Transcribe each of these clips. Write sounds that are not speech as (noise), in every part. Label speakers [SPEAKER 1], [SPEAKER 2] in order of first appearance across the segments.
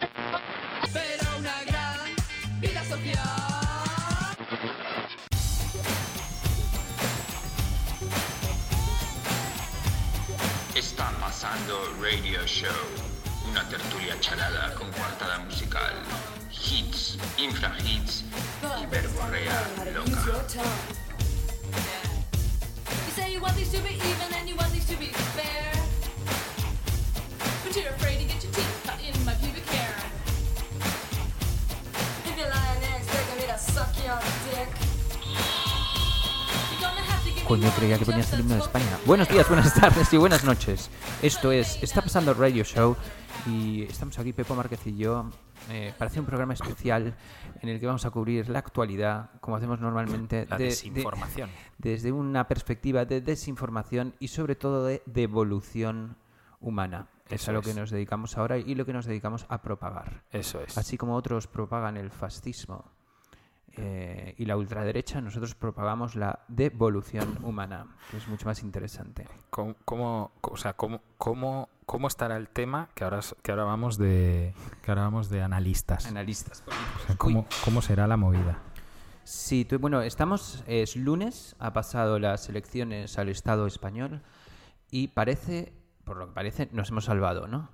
[SPEAKER 1] Pero una gran vida social.
[SPEAKER 2] Está pasando Radio Show, una tertulia charada con cuartada musical, hits, infrahits y verborrea loca.
[SPEAKER 1] You say you want things to be even and you want things to be fair. But you're afraid to get your teeth cut in my pubic hair. If you're lying there expecting me to suck your dick. You're gonna have to give me
[SPEAKER 3] Coño,
[SPEAKER 1] more
[SPEAKER 3] creía que
[SPEAKER 1] than
[SPEAKER 3] ponías
[SPEAKER 1] just
[SPEAKER 3] el himno de
[SPEAKER 1] a
[SPEAKER 3] España.
[SPEAKER 1] spoken
[SPEAKER 3] Buenos días,
[SPEAKER 1] word.
[SPEAKER 3] buenas tardes y buenas noches. Esto es Está pasando Radio Show y estamos aquí Pepo Márquez y yo eh, para hacer un programa especial en el que vamos a cubrir la actualidad, como hacemos normalmente,
[SPEAKER 4] La
[SPEAKER 3] de- de-
[SPEAKER 4] desinformación.
[SPEAKER 3] desde una perspectiva de desinformación y sobre todo de devolución humana. es
[SPEAKER 4] Eso
[SPEAKER 3] a lo
[SPEAKER 4] es.
[SPEAKER 3] que nos dedicamos ahora y lo que nos dedicamos a propagar.
[SPEAKER 4] Eso es.
[SPEAKER 3] Así como otros propagan el fascismo eh, y la ultraderecha, nosotros propagamos la devolución humana, que es mucho más interesante.
[SPEAKER 4] ¿Cómo, cómo- o sea, cómo, cómo, cómo estará el tema que ahora, s- que ahora vamos de que ahora vamos de analistas?
[SPEAKER 3] Analistas.
[SPEAKER 4] O sea, ¿cómo, ¿Cómo será la movida?
[SPEAKER 3] Sí, tú- bueno, estamos, es lunes, ha pasado las elecciones al Estado español y parece, por lo que parece, nos hemos salvado, ¿no?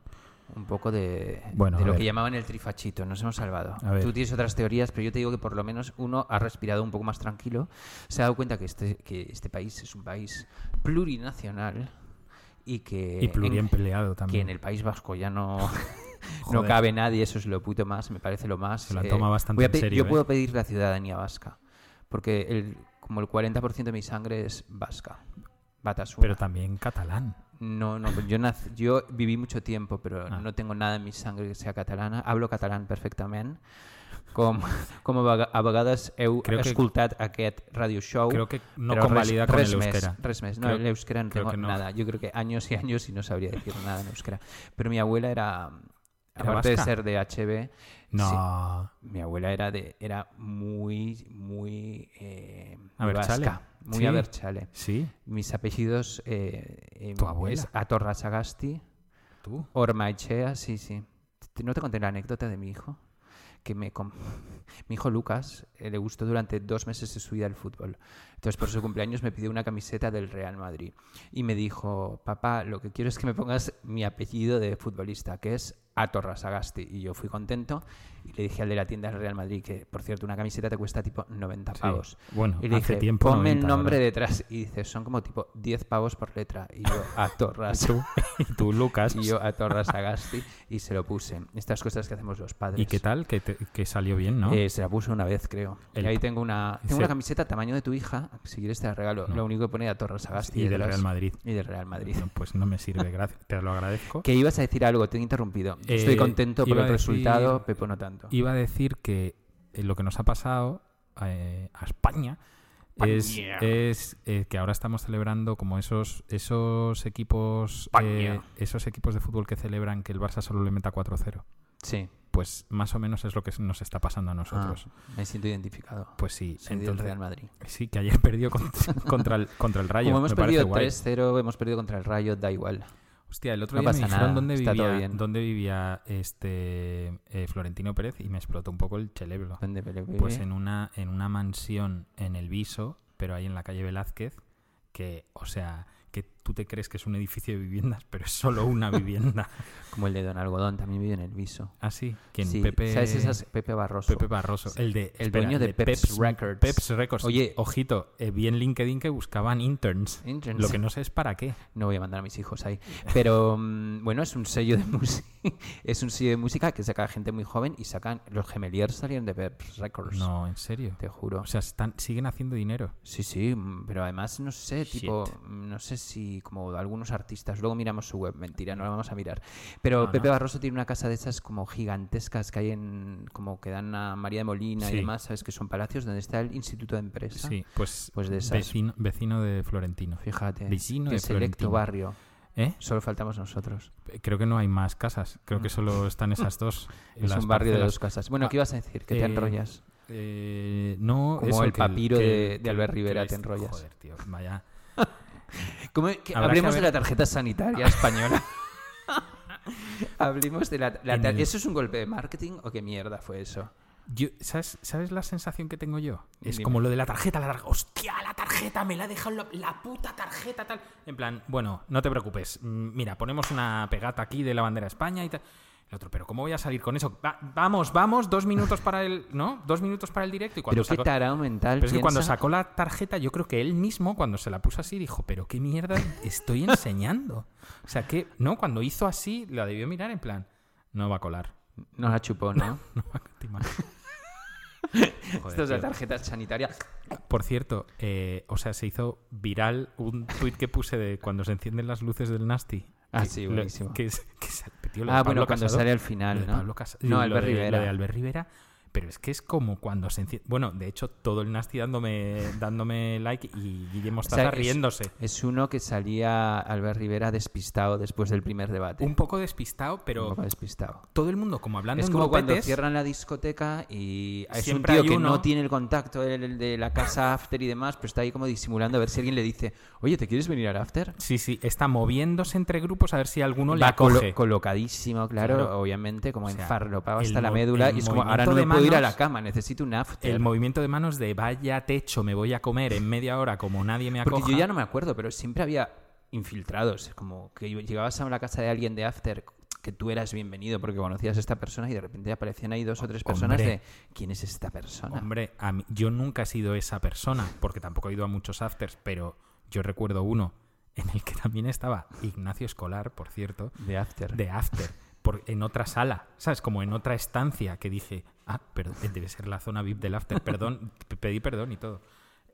[SPEAKER 3] Un poco de,
[SPEAKER 4] Bueno,
[SPEAKER 3] de
[SPEAKER 4] a
[SPEAKER 3] lo que
[SPEAKER 4] ver.
[SPEAKER 3] llamaban el trifachito, nos hemos salvado.
[SPEAKER 4] A ver.
[SPEAKER 3] Tú tienes otras teorías, pero yo te digo que por lo menos uno ha respirado un poco más tranquilo, se ha dado cuenta que este, que este país es un país plurinacional y que...
[SPEAKER 4] Y pluriempleado
[SPEAKER 3] Que
[SPEAKER 4] también.
[SPEAKER 3] en el País Vasco ya no, (laughs) no
[SPEAKER 4] Joder.
[SPEAKER 3] cabe nadie, eso es lo puto más, me parece lo más.
[SPEAKER 4] Se la toma bastante
[SPEAKER 3] voy a
[SPEAKER 4] en
[SPEAKER 3] pe-
[SPEAKER 4] serio,
[SPEAKER 3] Yo
[SPEAKER 4] ¿eh?
[SPEAKER 3] puedo pedir la ciudadanía vasca, porque el, como el 40% de mi sangre es vasca, batasuna.
[SPEAKER 4] Pero también catalán.
[SPEAKER 3] no, no, yo, nac- yo viví mucho tiempo, pero
[SPEAKER 4] Ah.
[SPEAKER 3] no tengo nada en mi sangre que sea catalana. Hablo catalán perfectament. Com, (laughs) com a vega- a vegades heu
[SPEAKER 4] Creo que-
[SPEAKER 3] escoltat aquest radio show.
[SPEAKER 4] Creo que no
[SPEAKER 3] però res-
[SPEAKER 4] convalida con
[SPEAKER 3] res
[SPEAKER 4] el
[SPEAKER 3] més,
[SPEAKER 4] euskera.
[SPEAKER 3] res més. No,
[SPEAKER 4] Creo-
[SPEAKER 3] el euskera no
[SPEAKER 4] creo
[SPEAKER 3] tengo
[SPEAKER 4] que no.
[SPEAKER 3] nada. Yo creo que años y años y no sabría decir nada en euskera. Pero mi abuela era, aparte de
[SPEAKER 4] vasca?
[SPEAKER 3] ser de HB,
[SPEAKER 4] No.
[SPEAKER 3] sí, mi abuela era de era muy, muy, eh, muy
[SPEAKER 4] Abertzale.
[SPEAKER 3] vasca, muy
[SPEAKER 4] Sí.
[SPEAKER 3] aberchale.
[SPEAKER 4] Sí.
[SPEAKER 3] Mis apellidos eh, eh,
[SPEAKER 4] ¿Tu abuela?
[SPEAKER 3] es Atorrasagasti,
[SPEAKER 4] Tú.
[SPEAKER 3] Ormaechea, sí, sí. Te- No te conté la anécdota de mi hijo, que me com- (laughs) mi hijo Lucas eh, le gustó durante dos meses de su vida el fútbol. Entonces por su cumpleaños me pidió una camiseta del Real Madrid y me dijo, papá, lo que quiero es que me pongas mi apellido de futbolista, que es Atorrasagasti. Y yo fui contento y le dije al de la tienda del Real Madrid que, por cierto, una camiseta te cuesta tipo 90
[SPEAKER 4] Sí.
[SPEAKER 3] pavos.
[SPEAKER 4] Bueno,
[SPEAKER 3] y le
[SPEAKER 4] hace
[SPEAKER 3] dije,
[SPEAKER 4] tiempo
[SPEAKER 3] ponme
[SPEAKER 4] 90,
[SPEAKER 3] el nombre
[SPEAKER 4] ahora".
[SPEAKER 3] detrás. Y dice, son como tipo 10 pavos por letra. Y
[SPEAKER 4] (laughs)
[SPEAKER 3] yo, Atorrasagasti.
[SPEAKER 4] Tú. y tú, Lucas.
[SPEAKER 3] Y yo a Torras Agasti y se lo puse. Estas cosas que hacemos los padres.
[SPEAKER 4] ¿Y qué tal? Que, te- que salió bien, ¿no?
[SPEAKER 3] Eh, se la puse una vez, creo.
[SPEAKER 4] El-
[SPEAKER 3] y ahí tengo una, tengo
[SPEAKER 4] ese-
[SPEAKER 3] una camiseta tamaño de tu hija. Si quieres te la regalo. Lo único que pone a Torras Agasti.
[SPEAKER 4] Y del Real Madrid.
[SPEAKER 3] Y del Real Madrid.
[SPEAKER 4] No, pues no me sirve, gracias. Te lo agradezco.
[SPEAKER 3] Que ibas a decir algo, te he interrumpido. Estoy
[SPEAKER 4] Eh,
[SPEAKER 3] contento por
[SPEAKER 4] iba
[SPEAKER 3] el
[SPEAKER 4] a decir-
[SPEAKER 3] resultado, Pepo no tanto.
[SPEAKER 4] Iba a decir que eh, lo que nos ha pasado eh, a España es, es, eh, que ahora estamos celebrando como esos esos equipos eh, esos equipos de fútbol que celebran que el Barça solo le meta 4-0.
[SPEAKER 3] Sí.
[SPEAKER 4] Pues más o menos es lo que nos está pasando a
[SPEAKER 3] Ah,
[SPEAKER 4] nosotros.
[SPEAKER 3] me siento identificado.
[SPEAKER 4] Pues sí,
[SPEAKER 3] Soy del Real Madrid.
[SPEAKER 4] sí que ayer (laughs) perdió con- contra el contra el Rayo,
[SPEAKER 3] Como hemos
[SPEAKER 4] me parece
[SPEAKER 3] perdido
[SPEAKER 4] guay.
[SPEAKER 3] 3-0, hemos perdido contra el Rayo, da igual.
[SPEAKER 4] Hostia, el otro
[SPEAKER 3] No
[SPEAKER 4] día me
[SPEAKER 3] pasa
[SPEAKER 4] dijeron
[SPEAKER 3] nada,
[SPEAKER 4] dónde
[SPEAKER 3] está todo
[SPEAKER 4] vivía,
[SPEAKER 3] bien.
[SPEAKER 4] dónde vivía este eh, Florentino Pérez y me explotó un poco el cerebro.
[SPEAKER 3] Depende, pero-
[SPEAKER 4] Pues en una, en una mansión en el Viso, pero ahí en la calle Velázquez, que, o sea, que tú te crees que es un edificio de viviendas, pero es solo
[SPEAKER 3] (laughs)
[SPEAKER 4] una vivienda.
[SPEAKER 3] Como el de Don Algodón, también vive en el viso.
[SPEAKER 4] Así, que en
[SPEAKER 3] Sí,
[SPEAKER 4] Pepe,
[SPEAKER 3] ¿Sabes esas? Pepe Barroso.
[SPEAKER 4] Pepe Barroso, el de
[SPEAKER 3] El
[SPEAKER 4] espera,
[SPEAKER 3] dueño de Peps Records.
[SPEAKER 4] Peps Records.
[SPEAKER 3] Oye.
[SPEAKER 4] ojito, eh, vi en LinkedIn que buscaban interns.
[SPEAKER 3] Interns.
[SPEAKER 4] Lo que no sé es para qué.
[SPEAKER 3] No voy a mandar a mis hijos ahí. Pero mm, bueno, es un sello de música. (laughs) es un sello de música que saca gente muy joven y sacan. Los gemeliers salieron de Peps Records.
[SPEAKER 4] No, en serio.
[SPEAKER 3] Pues Te juro.
[SPEAKER 4] O sea, están, siguen haciendo dinero.
[SPEAKER 3] sí, sí, mm, pero además no sé,
[SPEAKER 4] Shit.
[SPEAKER 3] tipo, mm, no sé si como algunos artistas, luego miramos su web, mentira, no la vamos a mirar. Pero Pepe Barroso tiene una casa de esas como gigantescas que hay en, como que dan a María de Molina
[SPEAKER 4] Sí.
[SPEAKER 3] y demás, sabes que son palacios donde está el Instituto de Empresa.
[SPEAKER 4] Sí, pues,
[SPEAKER 3] Pues de esas.
[SPEAKER 4] vecino, vecino de Florentino.
[SPEAKER 3] Fíjate,
[SPEAKER 4] Vecino
[SPEAKER 3] qué
[SPEAKER 4] de
[SPEAKER 3] selecto
[SPEAKER 4] Florentino.
[SPEAKER 3] barrio.
[SPEAKER 4] ¿Eh?
[SPEAKER 3] Solo faltamos nosotros.
[SPEAKER 4] Creo que no hay más casas. Creo que solo están esas dos.
[SPEAKER 3] Mm. (laughs) Es
[SPEAKER 4] las
[SPEAKER 3] un barrio de
[SPEAKER 4] parcelas.
[SPEAKER 3] dos casas. Bueno,
[SPEAKER 4] Ah,
[SPEAKER 3] ¿qué ibas a decir? Que te
[SPEAKER 4] eh,
[SPEAKER 3] enrollas.
[SPEAKER 4] Eh, no,
[SPEAKER 3] Como
[SPEAKER 4] eso,
[SPEAKER 3] el
[SPEAKER 4] que
[SPEAKER 3] papiro
[SPEAKER 4] que-
[SPEAKER 3] de- de
[SPEAKER 4] que-
[SPEAKER 3] Albert
[SPEAKER 4] que
[SPEAKER 3] Rivera,
[SPEAKER 4] es-
[SPEAKER 3] te enrollas.
[SPEAKER 4] Joder, tío, vaya.
[SPEAKER 3] ¿Cómo es que-
[SPEAKER 4] habrá que
[SPEAKER 3] hablemos
[SPEAKER 4] haber-
[SPEAKER 3] de la tarjeta
[SPEAKER 4] (laughs)
[SPEAKER 3] sanitaria española. hablemos de la, la
[SPEAKER 4] En
[SPEAKER 3] tar-
[SPEAKER 4] el-
[SPEAKER 3] ¿Eso es un golpe de marketing o qué mierda fue eso?
[SPEAKER 4] Yo- ¿sabes, ¿Sabes la sensación que tengo yo? Es
[SPEAKER 3] Dime.
[SPEAKER 4] como lo de la tarjeta, la tarjeta. ¡Hostia, la tarjeta! Me la ha dejado la, la puta tarjeta tal. En plan, bueno, no te preocupes. Mm, Mira, ponemos una pegata aquí de la bandera de España y tal. El otro, pero ¿cómo voy a salir con eso? Va- vamos, vamos, dos minutos para el. ¿No? Dos minutos para el directo y cuando
[SPEAKER 3] Pero qué
[SPEAKER 4] saco-
[SPEAKER 3] tarado mental.
[SPEAKER 4] Pero es que cuando
[SPEAKER 3] piensa.
[SPEAKER 4] sacó la tarjeta, yo creo que él mismo, cuando se la puso así, dijo, pero qué mierda estoy enseñando. O sea, que, no, cuando hizo así, la debió mirar en plan, no va a colar. (laughs)
[SPEAKER 3] No la chupó, ¿no?
[SPEAKER 4] No va
[SPEAKER 3] (laughs)
[SPEAKER 4] a te imaginas. Joder,
[SPEAKER 3] Esto es la
[SPEAKER 4] tío.
[SPEAKER 3] tarjeta sanitaria.
[SPEAKER 4] Por cierto, eh, o sea, se hizo viral un tuit que puse de cuando se encienden las luces del Nasty.
[SPEAKER 3] Ah,
[SPEAKER 4] Que
[SPEAKER 3] sí,
[SPEAKER 4] lo-
[SPEAKER 3] buenísimo.
[SPEAKER 4] que es- que es- tío, lo de
[SPEAKER 3] Ah,
[SPEAKER 4] Pablo
[SPEAKER 3] bueno, cuando
[SPEAKER 4] Casado-
[SPEAKER 3] sale al
[SPEAKER 4] lo de
[SPEAKER 3] final, ¿no?
[SPEAKER 4] Pablo Casado-
[SPEAKER 3] No,
[SPEAKER 4] lo
[SPEAKER 3] Albert
[SPEAKER 4] de-
[SPEAKER 3] Rivera.
[SPEAKER 4] Lo de Albert Rivera. Pero es que es como cuando se enciende... Bueno, de hecho, todo el Nasty dándome, dándome like y Guillermo
[SPEAKER 3] O sea,
[SPEAKER 4] Mostaza
[SPEAKER 3] es-
[SPEAKER 4] riéndose.
[SPEAKER 3] Es uno que salía Albert Rivera despistado después del primer debate.
[SPEAKER 4] Un poco despistado,
[SPEAKER 3] Un
[SPEAKER 4] pero
[SPEAKER 3] poco despistado.
[SPEAKER 4] todo el mundo como hablando
[SPEAKER 3] Es
[SPEAKER 4] en
[SPEAKER 3] como cuando
[SPEAKER 4] grupetes,
[SPEAKER 3] cierran la discoteca y es
[SPEAKER 4] Siempre
[SPEAKER 3] un
[SPEAKER 4] hay
[SPEAKER 3] tío que
[SPEAKER 4] uno.
[SPEAKER 3] no tiene el contacto el- el de la casa after y demás, pero está ahí como disimulando a ver si alguien le dice, oye, ¿te quieres venir al after?
[SPEAKER 4] Sí, sí, está moviéndose entre grupos a ver si alguno le
[SPEAKER 3] Va colo-
[SPEAKER 4] acoge.
[SPEAKER 3] colocadísimo, claro,
[SPEAKER 4] Claro.
[SPEAKER 3] obviamente, como
[SPEAKER 4] O sea,
[SPEAKER 3] enfarropado
[SPEAKER 4] el
[SPEAKER 3] hasta la
[SPEAKER 4] mo-
[SPEAKER 3] médula.
[SPEAKER 4] el
[SPEAKER 3] Y es como, ahora
[SPEAKER 4] movimiento
[SPEAKER 3] no me
[SPEAKER 4] de
[SPEAKER 3] puedo ir a
[SPEAKER 4] manos-
[SPEAKER 3] la cama, necesito un after.
[SPEAKER 4] El movimiento de manos de vaya techo, me voy a comer en media hora como nadie me acoja.
[SPEAKER 3] Porque yo ya no me acuerdo, pero siempre había infiltrados. Como que llegabas a la casa de alguien de after que tú eras bienvenido porque conocías a esta persona y de repente aparecían ahí dos o tres personas
[SPEAKER 4] Hombre.
[SPEAKER 3] de ¿quién es esta persona?
[SPEAKER 4] Hombre, a mí- yo nunca he sido esa persona, porque tampoco he ido a muchos afters, pero yo recuerdo uno en el que también estaba Ignacio Escolar, por cierto,
[SPEAKER 3] De after.
[SPEAKER 4] de after, por- en otra sala, ¿sabes? Como en otra estancia que dije, ah, perdón, debe ser la zona VIP del after, perdón, (laughs) p- pedí perdón y todo.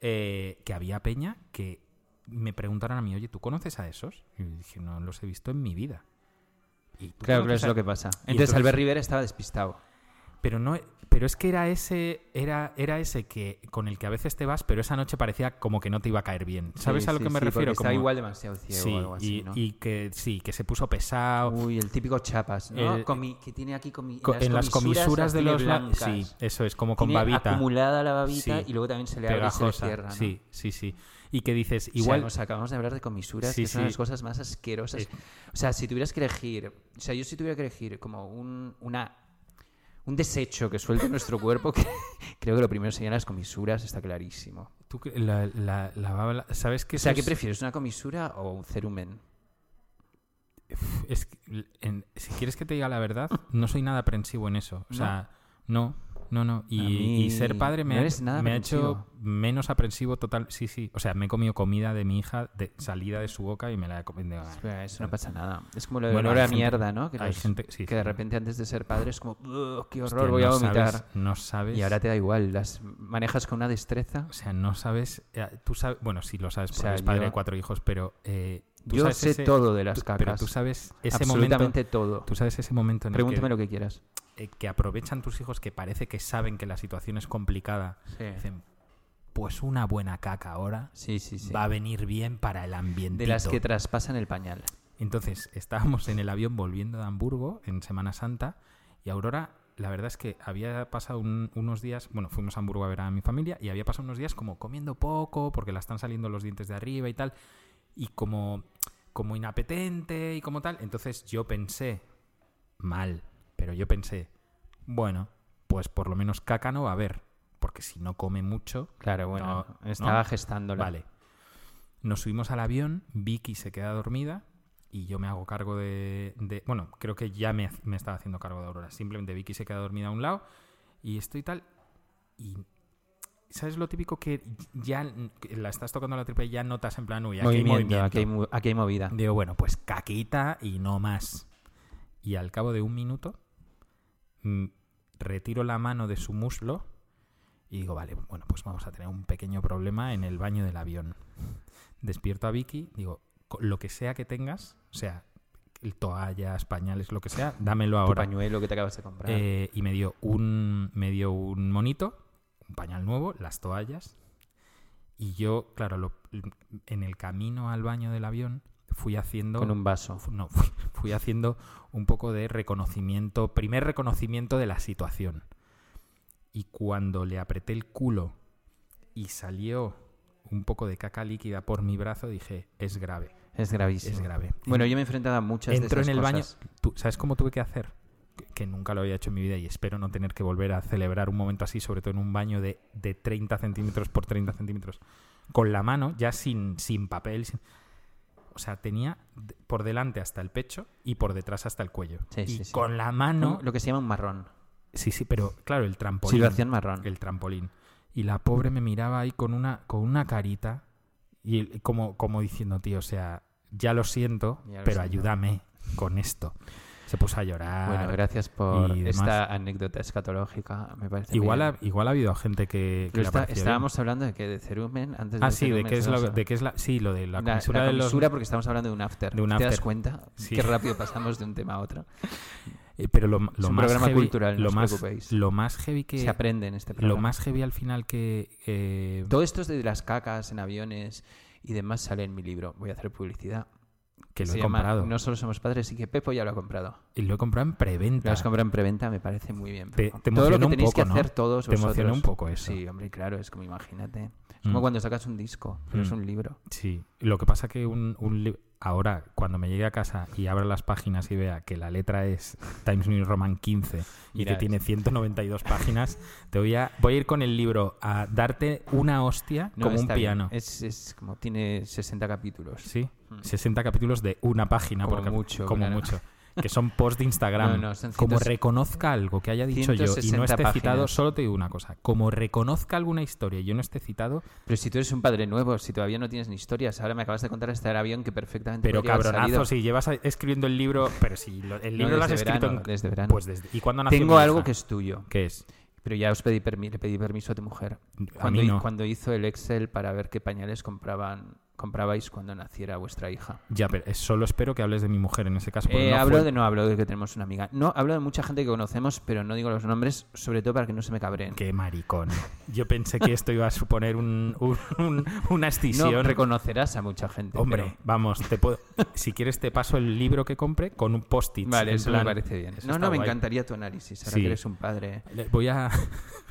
[SPEAKER 4] Eh, que había peña que me preguntaron a mí, oye, ¿tú conoces a esos? Y yo dije, no los he visto en mi vida. Y tú
[SPEAKER 3] Claro, claro,
[SPEAKER 4] conoces
[SPEAKER 3] es
[SPEAKER 4] a-
[SPEAKER 3] lo que pasa. Entonces,
[SPEAKER 4] entonces-
[SPEAKER 3] Albert Rivera estaba despistado.
[SPEAKER 4] pero no, pero es que era ese, era, era ese que con el que a veces te vas, pero esa noche parecía como que no te iba a caer bien. ¿Sabes
[SPEAKER 3] Sí,
[SPEAKER 4] a lo
[SPEAKER 3] sí,
[SPEAKER 4] que me
[SPEAKER 3] sí, porque
[SPEAKER 4] refiero?
[SPEAKER 3] Estaba
[SPEAKER 4] Como-
[SPEAKER 3] igual demasiado ciego
[SPEAKER 4] sí,
[SPEAKER 3] o algo así,
[SPEAKER 4] y,
[SPEAKER 3] ¿no?
[SPEAKER 4] y que sí, que se puso pesado.
[SPEAKER 3] Uy, el típico chapas, ¿no?
[SPEAKER 4] El-
[SPEAKER 3] Comi- que tiene aquí comi-
[SPEAKER 4] Eh, Co- en las comisuras
[SPEAKER 3] las
[SPEAKER 4] de
[SPEAKER 3] tiene
[SPEAKER 4] los la-
[SPEAKER 3] blancas.
[SPEAKER 4] sí, eso es como con
[SPEAKER 3] Tiene
[SPEAKER 4] babita.
[SPEAKER 3] acumulada la babita
[SPEAKER 4] Sí.
[SPEAKER 3] y luego también se le abre y se le
[SPEAKER 4] pegajosa.
[SPEAKER 3] cierra, ¿no?
[SPEAKER 4] Sí, sí, sí. Y que dices,
[SPEAKER 3] Igual
[SPEAKER 4] igual
[SPEAKER 3] nos acabamos de hablar de comisuras,
[SPEAKER 4] Sí,
[SPEAKER 3] que son
[SPEAKER 4] sí.
[SPEAKER 3] las cosas más asquerosas.
[SPEAKER 4] Eh.
[SPEAKER 3] O sea, si tuvieras que elegir, o sea, yo si tuviera que elegir como un, una, un desecho que suelte nuestro cuerpo, (laughs) que- creo que lo primero serían las comisuras, está clarísimo.
[SPEAKER 4] tú que- la, la- la baba- sabes que
[SPEAKER 3] O sea,
[SPEAKER 4] eso
[SPEAKER 3] ¿qué
[SPEAKER 4] es-
[SPEAKER 3] prefieres, una comisura o un cerumen?
[SPEAKER 4] es que, en- si quieres que te diga la verdad, no soy nada aprensivo en eso. O sea, no, no, no. Y,
[SPEAKER 3] A mí
[SPEAKER 4] y ser padre me,
[SPEAKER 3] no
[SPEAKER 4] ha-
[SPEAKER 3] eres nada
[SPEAKER 4] me ha hecho
[SPEAKER 3] aprensivo.
[SPEAKER 4] menos aprensivo total. Sí, sí. O sea, me he comido comida de mi hija, de salida de su boca y me la he comido.
[SPEAKER 3] Espera, eso no pasa nada. Es como lo de
[SPEAKER 4] Bueno,
[SPEAKER 3] olor
[SPEAKER 4] hay
[SPEAKER 3] a
[SPEAKER 4] gente-
[SPEAKER 3] mierda, ¿no? Que,
[SPEAKER 4] hay
[SPEAKER 3] los-
[SPEAKER 4] gente- sí,
[SPEAKER 3] que de
[SPEAKER 4] sí.
[SPEAKER 3] repente antes de ser padre es como, "Ugh, qué horror,
[SPEAKER 4] Hostia,
[SPEAKER 3] voy a
[SPEAKER 4] no
[SPEAKER 3] vomitar.
[SPEAKER 4] sabes- no sabes.
[SPEAKER 3] Y ahora te da igual, las manejas con una destreza.
[SPEAKER 4] O sea, no sabes. eh, Tú sabes. Bueno, sí lo sabes
[SPEAKER 3] O
[SPEAKER 4] porque
[SPEAKER 3] sea,
[SPEAKER 4] eres padre
[SPEAKER 3] yo-
[SPEAKER 4] de cuatro hijos, pero. eh, tú
[SPEAKER 3] Yo
[SPEAKER 4] sabes
[SPEAKER 3] sé
[SPEAKER 4] ese-
[SPEAKER 3] todo de las
[SPEAKER 4] tú- Pero
[SPEAKER 3] cacas.
[SPEAKER 4] tú sabes ese momento.
[SPEAKER 3] Absolutamente todo.
[SPEAKER 4] Tú sabes ese momento en el que,
[SPEAKER 3] Pregúntame lo que quieras.
[SPEAKER 4] eh, que aprovechan tus hijos que parece que saben que la situación es complicada. Dicen, pues una buena caca ahora
[SPEAKER 3] Sí, sí, sí.
[SPEAKER 4] va a venir bien para el ambiente.
[SPEAKER 3] De las que traspasan el pañal.
[SPEAKER 4] Entonces, (laughs) estábamos en el avión volviendo de Hamburgo en Semana Santa y Aurora, la verdad es que había pasado un- unos días, bueno, fuimos a Hamburgo a ver a mi familia y había pasado unos días como comiendo poco porque la están saliendo los dientes de arriba y tal, y como, como inapetente y como tal. Entonces yo pensé, mal, pero yo pensé, bueno, pues por lo menos caca no va a haber, porque si no come mucho,
[SPEAKER 3] Claro,
[SPEAKER 4] bueno,
[SPEAKER 3] bueno,
[SPEAKER 4] No,
[SPEAKER 3] estaba
[SPEAKER 4] estaba no.
[SPEAKER 3] gestándola.
[SPEAKER 4] Vale. Nos subimos al avión, Vicky se queda dormida y yo me hago cargo de... de- bueno, creo que ya me, me estaba haciendo cargo de Aurora. Simplemente Vicky se queda dormida a un lado y estoy tal... Y... ¿Sabes lo típico que ya la estás tocando la tripa y ya notas en plan, uy, aquí hay movimiento?
[SPEAKER 3] Aquí, hay mu- aquí hay movida.
[SPEAKER 4] Digo, bueno, pues caquita y no más. Y al cabo de un minuto, mm, retiro la mano de su muslo y digo, vale, bueno, pues vamos a tener un pequeño problema en el baño del avión. Despierto a Vicky, digo, "Co- lo que sea que tengas, o sea, el- toallas, pañales, lo que sea, dámelo
[SPEAKER 3] Tu
[SPEAKER 4] ahora.
[SPEAKER 3] pañuelo que te acabas de comprar.
[SPEAKER 4] Eh, y me dio un me dio un monito, un pañal nuevo, las toallas. Y yo, claro, lo- en el camino al baño del avión fui haciendo
[SPEAKER 3] con un vaso.
[SPEAKER 4] (laughs) fu- no, fui, fui haciendo un poco de reconocimiento, primer reconocimiento de la situación. Y cuando le apreté el culo y salió un poco de caca líquida por mi brazo, dije, es grave,
[SPEAKER 3] Es gravísimo.
[SPEAKER 4] es grave.
[SPEAKER 3] Bueno, yo me he enfrentado a muchas de
[SPEAKER 4] Entro en
[SPEAKER 3] esas
[SPEAKER 4] el baño.
[SPEAKER 3] cosas.
[SPEAKER 4] Tú- ¿Sabes cómo tuve que hacer? Que, que nunca lo había hecho en mi vida y espero no tener que volver a celebrar un momento así, sobre todo en un baño de, de 30 centímetros por 30 centímetros. Con la mano, ya sin, sin papel. sin- O sea, tenía de- por delante hasta el pecho y por detrás hasta el cuello.
[SPEAKER 3] Sí,
[SPEAKER 4] y
[SPEAKER 3] sí, sí.
[SPEAKER 4] con la mano.
[SPEAKER 3] Lo que se llama un marrón.
[SPEAKER 4] Sí, sí, pero claro, el trampolín.
[SPEAKER 3] Situación marrón.
[SPEAKER 4] El trampolín. Y la pobre me miraba ahí con una, con una carita y el- como, como diciendo, tío, o sea, ya lo siento,
[SPEAKER 3] Ya lo
[SPEAKER 4] pero
[SPEAKER 3] siento".
[SPEAKER 4] ayúdame con esto. Se puso a llorar.
[SPEAKER 3] Bueno, gracias por
[SPEAKER 4] y demás.
[SPEAKER 3] esta anécdota escatológica. Me parece
[SPEAKER 4] Igual
[SPEAKER 3] bien.
[SPEAKER 4] ha, igual ha habido gente que, que
[SPEAKER 3] Lo
[SPEAKER 4] le ha
[SPEAKER 3] está-
[SPEAKER 4] parecido
[SPEAKER 3] estábamos hablando de que de cerumen antes
[SPEAKER 4] bien. Ah, sí, de
[SPEAKER 3] cerumen
[SPEAKER 4] qué es,
[SPEAKER 3] se
[SPEAKER 4] lo,
[SPEAKER 3] nos-
[SPEAKER 4] de qué es la... Sí, lo de la
[SPEAKER 3] la,
[SPEAKER 4] comisura,
[SPEAKER 3] la
[SPEAKER 4] de los...
[SPEAKER 3] comisura porque estamos hablando de un after.
[SPEAKER 4] de un
[SPEAKER 3] ¿Te das
[SPEAKER 4] after.
[SPEAKER 3] cuenta?
[SPEAKER 4] Sí.
[SPEAKER 3] Qué rápido pasamos de un tema a otro.
[SPEAKER 4] Eh, Pero lo, lo
[SPEAKER 3] un
[SPEAKER 4] más
[SPEAKER 3] programa
[SPEAKER 4] heavy,
[SPEAKER 3] cultural, no
[SPEAKER 4] lo
[SPEAKER 3] os
[SPEAKER 4] más,
[SPEAKER 3] preocupéis.
[SPEAKER 4] Lo más heavy que...
[SPEAKER 3] Se aprende en este programa.
[SPEAKER 4] lo más heavy al final que... eh,
[SPEAKER 3] Todo esto es de las cacas en aviones y demás sale en mi libro. Voy a hacer publicidad.
[SPEAKER 4] que lo
[SPEAKER 3] Se
[SPEAKER 4] he
[SPEAKER 3] llama
[SPEAKER 4] comprado.
[SPEAKER 3] No solo somos padres, y que Pepo ya lo ha comprado.
[SPEAKER 4] Y lo he comprado en preventa.
[SPEAKER 3] Lo has comprado en preventa, me parece muy bien.
[SPEAKER 4] Te-
[SPEAKER 3] Pepo.
[SPEAKER 4] Ah. te
[SPEAKER 3] Todo lo que
[SPEAKER 4] emociona un
[SPEAKER 3] tenéis que
[SPEAKER 4] poco, ¿no?
[SPEAKER 3] hacer todos
[SPEAKER 4] Te emociona
[SPEAKER 3] vosotros.
[SPEAKER 4] un poco eso.
[SPEAKER 3] Sí, hombre, claro, es como imagínate. Es
[SPEAKER 4] Mm.
[SPEAKER 3] como cuando sacas un disco, pero es
[SPEAKER 4] Mm.
[SPEAKER 3] un libro.
[SPEAKER 4] Sí, lo que pasa que un, un li- ahora cuando me llegue a casa y abra las páginas y vea que la letra es Times New Roman 15 y
[SPEAKER 3] Mira,
[SPEAKER 4] que tiene 192 páginas, te voy a voy a ir con el libro a darte una hostia
[SPEAKER 3] No,
[SPEAKER 4] como un
[SPEAKER 3] está bien.
[SPEAKER 4] piano.
[SPEAKER 3] Es, es como tiene 60 capítulos.
[SPEAKER 4] Sí, 60 capítulos de una página
[SPEAKER 3] Como
[SPEAKER 4] por cap-
[SPEAKER 3] mucho,
[SPEAKER 4] como
[SPEAKER 3] claro. (laughs)
[SPEAKER 4] mucho. Que son posts de Instagram.
[SPEAKER 3] No, no, son
[SPEAKER 4] como
[SPEAKER 3] 100
[SPEAKER 4] reconozca algo que haya dicho yo y no
[SPEAKER 3] 160
[SPEAKER 4] esté citado,
[SPEAKER 3] páginas.
[SPEAKER 4] solo te digo una cosa. Como reconozca alguna historia y yo no esté citado,
[SPEAKER 3] Pero si tú eres un padre nuevo, si todavía no tienes ni historias, ahora me acabas de contar esta del avión que perfectamente
[SPEAKER 4] Pero
[SPEAKER 3] podría haber
[SPEAKER 4] cabronazo,
[SPEAKER 3] salido.
[SPEAKER 4] si llevas a- escribiendo el libro, pero si lo- el libro lo has
[SPEAKER 3] desde
[SPEAKER 4] escrito
[SPEAKER 3] verano,
[SPEAKER 4] en-
[SPEAKER 3] desde verano.
[SPEAKER 4] Pues desde, ¿Y cuándo nació
[SPEAKER 3] Tengo
[SPEAKER 4] mi
[SPEAKER 3] algo
[SPEAKER 4] hija?
[SPEAKER 3] que es tuyo,
[SPEAKER 4] ¿Qué es?
[SPEAKER 3] pero ya os pedí permi- le pedí permiso a tu mujer.
[SPEAKER 4] A
[SPEAKER 3] Cuando,
[SPEAKER 4] mí
[SPEAKER 3] hi-
[SPEAKER 4] no.
[SPEAKER 3] cuando hizo el Excel para ver qué pañales compraban, comprabais cuando naciera vuestra hija.
[SPEAKER 4] Ya, pero es- solo espero que hables de mi mujer en ese caso. porque
[SPEAKER 3] Eh,
[SPEAKER 4] Pues no
[SPEAKER 3] hablo
[SPEAKER 4] fue-
[SPEAKER 3] de no hablo de que tenemos una amiga. No, hablo de mucha gente que conocemos, pero no digo los nombres, sobre todo para que no se me cabreen.
[SPEAKER 4] Qué maricón. Yo pensé que esto iba a suponer un, un- un- una
[SPEAKER 3] No
[SPEAKER 4] escisión.
[SPEAKER 3] reconocerás a mucha gente.
[SPEAKER 4] Hombre,
[SPEAKER 3] pero-
[SPEAKER 4] vamos, te puedo... si quieres te paso el libro que compré con un post-it.
[SPEAKER 3] Vale,
[SPEAKER 4] en
[SPEAKER 3] eso me
[SPEAKER 4] plan-
[SPEAKER 3] parece bien.
[SPEAKER 4] Eso
[SPEAKER 3] No,
[SPEAKER 4] está
[SPEAKER 3] no, me
[SPEAKER 4] guay.
[SPEAKER 3] encantaría tu análisis. Ahora
[SPEAKER 4] Sí.
[SPEAKER 3] que eres un padre,
[SPEAKER 4] Le- Voy a...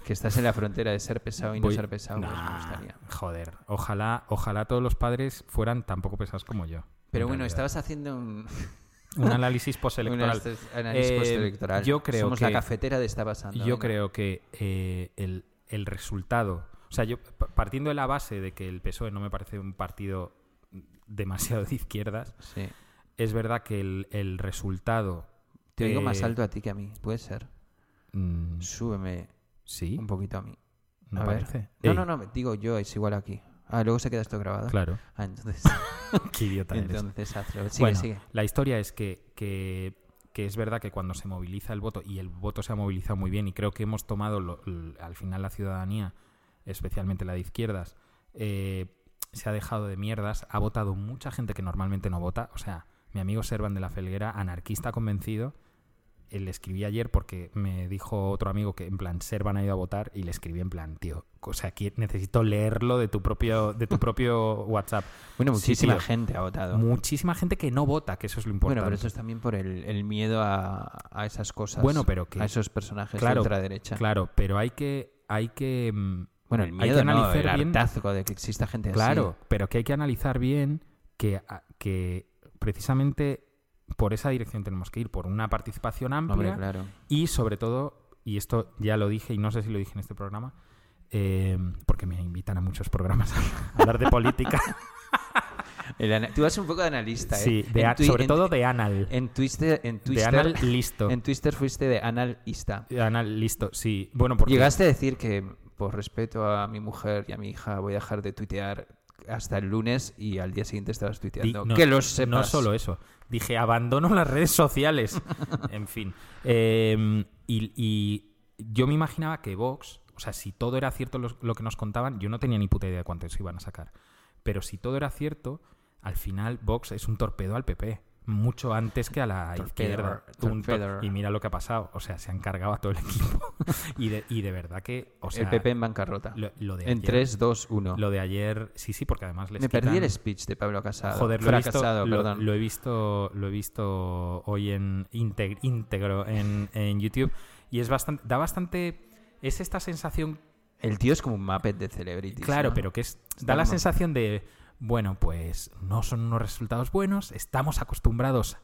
[SPEAKER 3] que estás en la frontera de ser pesado y no
[SPEAKER 4] voy-
[SPEAKER 3] ser pesado, pues me
[SPEAKER 4] Nah,
[SPEAKER 3] gustaría.
[SPEAKER 4] Joder, ojalá, ojalá todos los padres fueran tan poco pesados como yo.
[SPEAKER 3] Pero bueno,
[SPEAKER 4] en realidad.
[SPEAKER 3] estabas haciendo un,
[SPEAKER 4] Un análisis postelectoral.
[SPEAKER 3] un este análisis
[SPEAKER 4] Eh,
[SPEAKER 3] postelectoral.
[SPEAKER 4] Yo creo
[SPEAKER 3] Somos
[SPEAKER 4] que,
[SPEAKER 3] la cafetera de está pasando.
[SPEAKER 4] yo
[SPEAKER 3] venga.
[SPEAKER 4] creo que eh, el, el resultado. O sea, yo pa- partiendo de la base de que el PSOE E no me parece un partido demasiado de izquierdas,
[SPEAKER 3] Sí.
[SPEAKER 4] es verdad que el, el resultado.
[SPEAKER 3] Te oigo
[SPEAKER 4] eh,
[SPEAKER 3] más alto a ti que a mí, puede ser.
[SPEAKER 4] mm,
[SPEAKER 3] Súbeme
[SPEAKER 4] sí,
[SPEAKER 3] un poquito a mí.
[SPEAKER 4] me
[SPEAKER 3] a ver.
[SPEAKER 4] parece.
[SPEAKER 3] No,
[SPEAKER 4] Eh,
[SPEAKER 3] no, no, me- digo yo, es igual aquí. Ah, luego se queda esto grabado.
[SPEAKER 4] Claro.
[SPEAKER 3] Ah,
[SPEAKER 4] (laughs)
[SPEAKER 3] entonces, (laughs)
[SPEAKER 4] Qué idiota eres.
[SPEAKER 3] entonces hazlo. Sigue,
[SPEAKER 4] Bueno,
[SPEAKER 3] sigue.
[SPEAKER 4] La historia es que, que- que es verdad que cuando se moviliza el voto, y el voto se ha movilizado muy bien, y creo que hemos tomado lo- l- al final la ciudadanía, especialmente la de izquierdas, eh, se ha dejado de mierdas, ha votado mucha gente que normalmente no vota. O sea, mi amigo Servan de la Felguera, anarquista convencido, eh, le escribí ayer porque me dijo otro amigo que en plan Servan ha ido a votar y le escribí en plan, tío, o sea, qui- necesito leerlo de tu propio, de tu propio (laughs) WhatsApp.
[SPEAKER 3] Bueno,
[SPEAKER 4] Sí,
[SPEAKER 3] muchísima
[SPEAKER 4] tío.
[SPEAKER 3] gente ha votado.
[SPEAKER 4] Muchísima gente que no vota, que eso es lo importante.
[SPEAKER 3] Bueno, pero eso es también por el, el miedo a, a esas cosas.
[SPEAKER 4] Bueno, pero que-
[SPEAKER 3] A esos personajes
[SPEAKER 4] Claro,
[SPEAKER 3] de ultraderecha.
[SPEAKER 4] Claro, pero hay que, hay que, mm,
[SPEAKER 3] Bueno, el
[SPEAKER 4] Hay
[SPEAKER 3] miedo,
[SPEAKER 4] que
[SPEAKER 3] no, el
[SPEAKER 4] analizar bien-
[SPEAKER 3] hartazgo de que exista gente
[SPEAKER 4] claro,
[SPEAKER 3] así.
[SPEAKER 4] pero que hay que analizar bien que, a- que precisamente por esa dirección tenemos que ir, por una participación amplia
[SPEAKER 3] Hombre, claro.
[SPEAKER 4] y sobre todo, y esto ya lo dije y no sé si lo dije en este programa, eh, porque me invitan a muchos programas (laughs) a hablar
[SPEAKER 3] (laughs)
[SPEAKER 4] de política,
[SPEAKER 3] El ana- Tú vas un poco de analista, ¿eh?
[SPEAKER 4] sí, de
[SPEAKER 3] En
[SPEAKER 4] a-
[SPEAKER 3] twi-
[SPEAKER 4] sobre
[SPEAKER 3] en-
[SPEAKER 4] todo de anal,
[SPEAKER 3] En Twister, en
[SPEAKER 4] de
[SPEAKER 3] Twister,
[SPEAKER 4] anal listo,
[SPEAKER 3] en Twister fuiste de analista.
[SPEAKER 4] de anal listo, sí, bueno, porque
[SPEAKER 3] Llegaste a decir que, por respeto a mi mujer y a mi hija, voy a dejar de tuitear hasta el lunes y al día siguiente estabas
[SPEAKER 4] Di-
[SPEAKER 3] tuiteando. que los sepas.
[SPEAKER 4] No solo eh, eso. Dije, abandono las redes
[SPEAKER 3] (laughs)
[SPEAKER 4] sociales. en fin. Eh, y, y yo me imaginaba que Vox, o sea, si todo era cierto lo, lo que nos contaban, yo no tenía ni puta idea de cuántos iban a sacar. Pero si todo era cierto, al final Vox es un torpedo al PP. mucho antes que a la
[SPEAKER 3] Torpedo,
[SPEAKER 4] izquierda. Punto.
[SPEAKER 3] torpedo.
[SPEAKER 4] Y mira lo que ha pasado. O sea, se han cargado a todo el equipo. (laughs) y, de, y de verdad que. O sea,
[SPEAKER 3] el PP en bancarrota.
[SPEAKER 4] lo, lo de
[SPEAKER 3] en
[SPEAKER 4] ayer-
[SPEAKER 3] 3, 2, 1.
[SPEAKER 4] Lo de ayer. Sí, sí, porque además les
[SPEAKER 3] Me perdí
[SPEAKER 4] quitan-
[SPEAKER 3] el speech de Pablo Casado.
[SPEAKER 4] Joder, lo he, visto,
[SPEAKER 3] Fracasado,
[SPEAKER 4] lo-
[SPEAKER 3] perdón.
[SPEAKER 4] lo he visto, lo he visto hoy en integ- íntegro en, en YouTube y es bastante, da bastante, es esta sensación,
[SPEAKER 3] El tío es como un Muppet de celebrities.
[SPEAKER 4] claro,
[SPEAKER 3] ¿no?
[SPEAKER 4] pero que es, da la
[SPEAKER 3] como-
[SPEAKER 4] sensación de, bueno, pues no son unos resultados buenos, estamos acostumbrados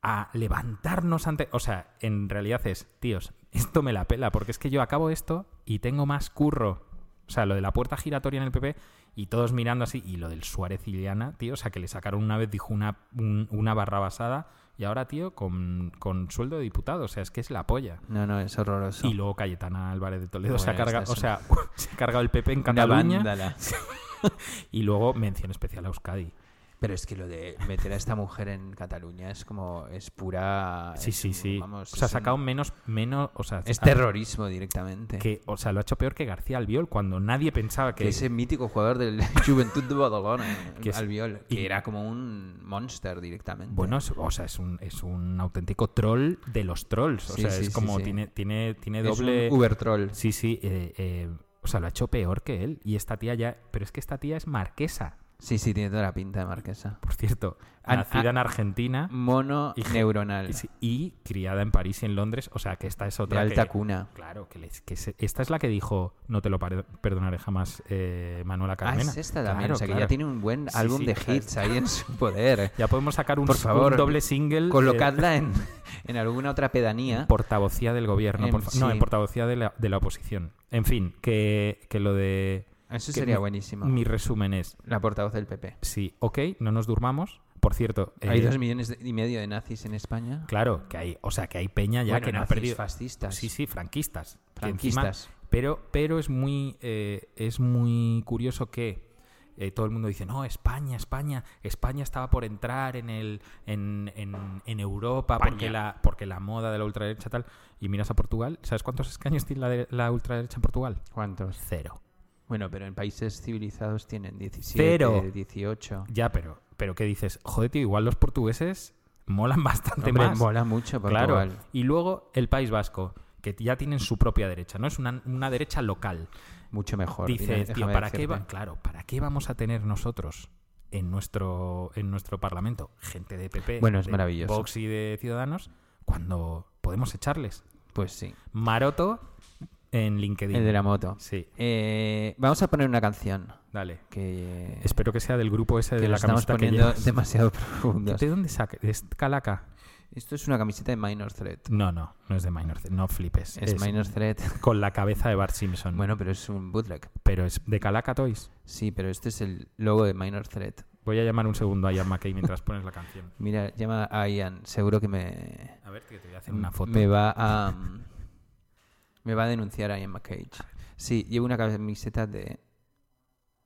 [SPEAKER 4] a levantarnos ante, o sea, en realidad es, tíos, esto me la pela porque es que yo acabo esto y tengo más curro. O sea, lo de la puerta giratoria en el PP y todos mirando así. Y lo del Suárez y Liana, tío. O sea, que le sacaron una vez, dijo una, un- una barra basada. Y ahora, tío, con, con sueldo de diputado. O sea, es que es la polla.
[SPEAKER 3] No, no, es horroroso.
[SPEAKER 4] Y luego Cayetana Álvarez de Toledo se, ha
[SPEAKER 3] Bueno, esta
[SPEAKER 4] cargado, o
[SPEAKER 3] es
[SPEAKER 4] sea, (laughs) se ha cargado el PP en
[SPEAKER 3] Una
[SPEAKER 4] Cataluña. (laughs)
[SPEAKER 3] vándala.
[SPEAKER 4] Y luego mención especial a Euskadi.
[SPEAKER 3] Pero es que lo de meter a esta mujer en Cataluña es como. Es pura.
[SPEAKER 4] Sí,
[SPEAKER 3] es
[SPEAKER 4] sí,
[SPEAKER 3] un-
[SPEAKER 4] sí.
[SPEAKER 3] vamos,
[SPEAKER 4] o sea, ha
[SPEAKER 3] es un-
[SPEAKER 4] sacado menos, menos. O sea,
[SPEAKER 3] Es
[SPEAKER 4] ha-
[SPEAKER 3] terrorismo directamente.
[SPEAKER 4] que, o sea, lo ha hecho peor que García Albiol cuando nadie pensaba que,
[SPEAKER 3] Que ese mítico jugador del (laughs) Juventud de Badalona,
[SPEAKER 4] (laughs) Que es-
[SPEAKER 3] Albiol, que
[SPEAKER 4] y-
[SPEAKER 3] era como un monster directamente.
[SPEAKER 4] bueno, es- o sea, es un, es un auténtico troll de los trolls, o
[SPEAKER 3] Sí,
[SPEAKER 4] sea,
[SPEAKER 3] sí,
[SPEAKER 4] es
[SPEAKER 3] sí,
[SPEAKER 4] como
[SPEAKER 3] sí.
[SPEAKER 4] tiene tiene tiene
[SPEAKER 3] es
[SPEAKER 4] doble
[SPEAKER 3] un Uber troll.
[SPEAKER 4] Sí, sí, eh, eh, o sea, lo ha hecho peor que él y esta tía ya, pero es que esta tía es marquesa,
[SPEAKER 3] Sí, sí, tiene toda la pinta de marquesa.
[SPEAKER 4] por cierto,
[SPEAKER 3] An-
[SPEAKER 4] nacida
[SPEAKER 3] a-
[SPEAKER 4] en Argentina
[SPEAKER 3] Mono
[SPEAKER 4] Y-
[SPEAKER 3] neuronal.
[SPEAKER 4] y, sí, y criada en París y en Londres, o sea, que esta es
[SPEAKER 3] de
[SPEAKER 4] otra
[SPEAKER 3] alta
[SPEAKER 4] que-
[SPEAKER 3] cuna.
[SPEAKER 4] Claro, que, les- que se- esta es la que dijo no te lo pare- perdonaré jamás eh, Manuela
[SPEAKER 3] Ah,
[SPEAKER 4] Carmena.
[SPEAKER 3] es esta también.
[SPEAKER 4] Claro,
[SPEAKER 3] o sea, que
[SPEAKER 4] claro.
[SPEAKER 3] ya tiene un buen
[SPEAKER 4] Sí,
[SPEAKER 3] álbum
[SPEAKER 4] sí,
[SPEAKER 3] de
[SPEAKER 4] claro.
[SPEAKER 3] hits
[SPEAKER 4] (laughs)
[SPEAKER 3] ahí en su poder.
[SPEAKER 4] Ya podemos sacar un,
[SPEAKER 3] Por favor,
[SPEAKER 4] un doble single. eh,
[SPEAKER 3] Colocadla en, (laughs) en alguna otra pedanía.
[SPEAKER 4] portavocía del gobierno.
[SPEAKER 3] Em,
[SPEAKER 4] por fa- No,
[SPEAKER 3] sí.
[SPEAKER 4] en portavocía de la, de la oposición. En fin, que, que lo de...
[SPEAKER 3] Eso
[SPEAKER 4] que
[SPEAKER 3] sería
[SPEAKER 4] mi-
[SPEAKER 3] buenísimo.
[SPEAKER 4] Mi Eh, resumen es,
[SPEAKER 3] La portavoz del PP.
[SPEAKER 4] sí, ok, no nos durmamos. Por cierto, eh,
[SPEAKER 3] Hay dos millones de- y medio de nazis en España.
[SPEAKER 4] claro, que hay, o sea, que hay peña ya
[SPEAKER 3] Bueno,
[SPEAKER 4] que no ha
[SPEAKER 3] nazis,
[SPEAKER 4] perdido...
[SPEAKER 3] fascistas.
[SPEAKER 4] Sí, sí, franquistas. que encima-
[SPEAKER 3] Franquistas.
[SPEAKER 4] pero, pero es muy eh, es muy curioso que eh, todo el mundo dice, no, España, España, España estaba por entrar en el en, en- en Europa porque la, porque la moda de la ultraderecha tal. Y miras a Portugal, ¿sabes cuántos escaños tiene la, de- la ultraderecha en Portugal?
[SPEAKER 3] ¿Cuántos?
[SPEAKER 4] Cero.
[SPEAKER 3] Bueno, pero en países civilizados tienen 17,
[SPEAKER 4] Cero.
[SPEAKER 3] 18.
[SPEAKER 4] Ya, pero, pero ¿qué dices? Joder, tío, igual los portugueses molan (laughs) bastante
[SPEAKER 3] Hombre,
[SPEAKER 4] más.
[SPEAKER 3] mola mucho Portugal.
[SPEAKER 4] Claro. Y luego el País Vasco, que ya tienen su propia derecha, ¿no? Es una, una derecha local.
[SPEAKER 3] Mucho mejor. dime,
[SPEAKER 4] Dices, tío,
[SPEAKER 3] déjame
[SPEAKER 4] ¿para qué, va-
[SPEAKER 3] decirte.
[SPEAKER 4] claro, ¿para qué vamos a tener nosotros en nuestro, en nuestro Parlamento gente de PP,
[SPEAKER 3] Bueno, es
[SPEAKER 4] de
[SPEAKER 3] maravilloso.
[SPEAKER 4] Vox y de Ciudadanos cuando podemos echarles?
[SPEAKER 3] Pues sí,
[SPEAKER 4] Maroto en LinkedIn.
[SPEAKER 3] el de la moto.
[SPEAKER 4] Sí,
[SPEAKER 3] Eh, vamos a poner una canción
[SPEAKER 4] dale.
[SPEAKER 3] que,
[SPEAKER 4] Espero que sea del grupo ese
[SPEAKER 3] que
[SPEAKER 4] de la
[SPEAKER 3] nos estamos
[SPEAKER 4] camiseta que
[SPEAKER 3] poniendo
[SPEAKER 4] llevas.
[SPEAKER 3] demasiado (laughs) profundos.
[SPEAKER 4] ¿De dónde saca? ¿Es Calaca?
[SPEAKER 3] Esto es una camiseta de Minor Threat.
[SPEAKER 4] No, no, no es de Minor Threat, no flipes.
[SPEAKER 3] Es, Minor Threat. (laughs)
[SPEAKER 4] con la cabeza de Bart Simpson.
[SPEAKER 3] Bueno, pero es un bootleg.
[SPEAKER 4] Pero es de Calaca Toys.
[SPEAKER 3] Sí, pero este es el logo de Minor Threat.
[SPEAKER 4] Voy a llamar un segundo a Ian McKay mientras pones la canción.
[SPEAKER 3] Mira, llama a Ian. Seguro que me,
[SPEAKER 4] A ver, que te voy a hacer una foto.
[SPEAKER 3] Me va a. mm, me va a denunciar a Ian McCage. Sí, llevo una camiseta de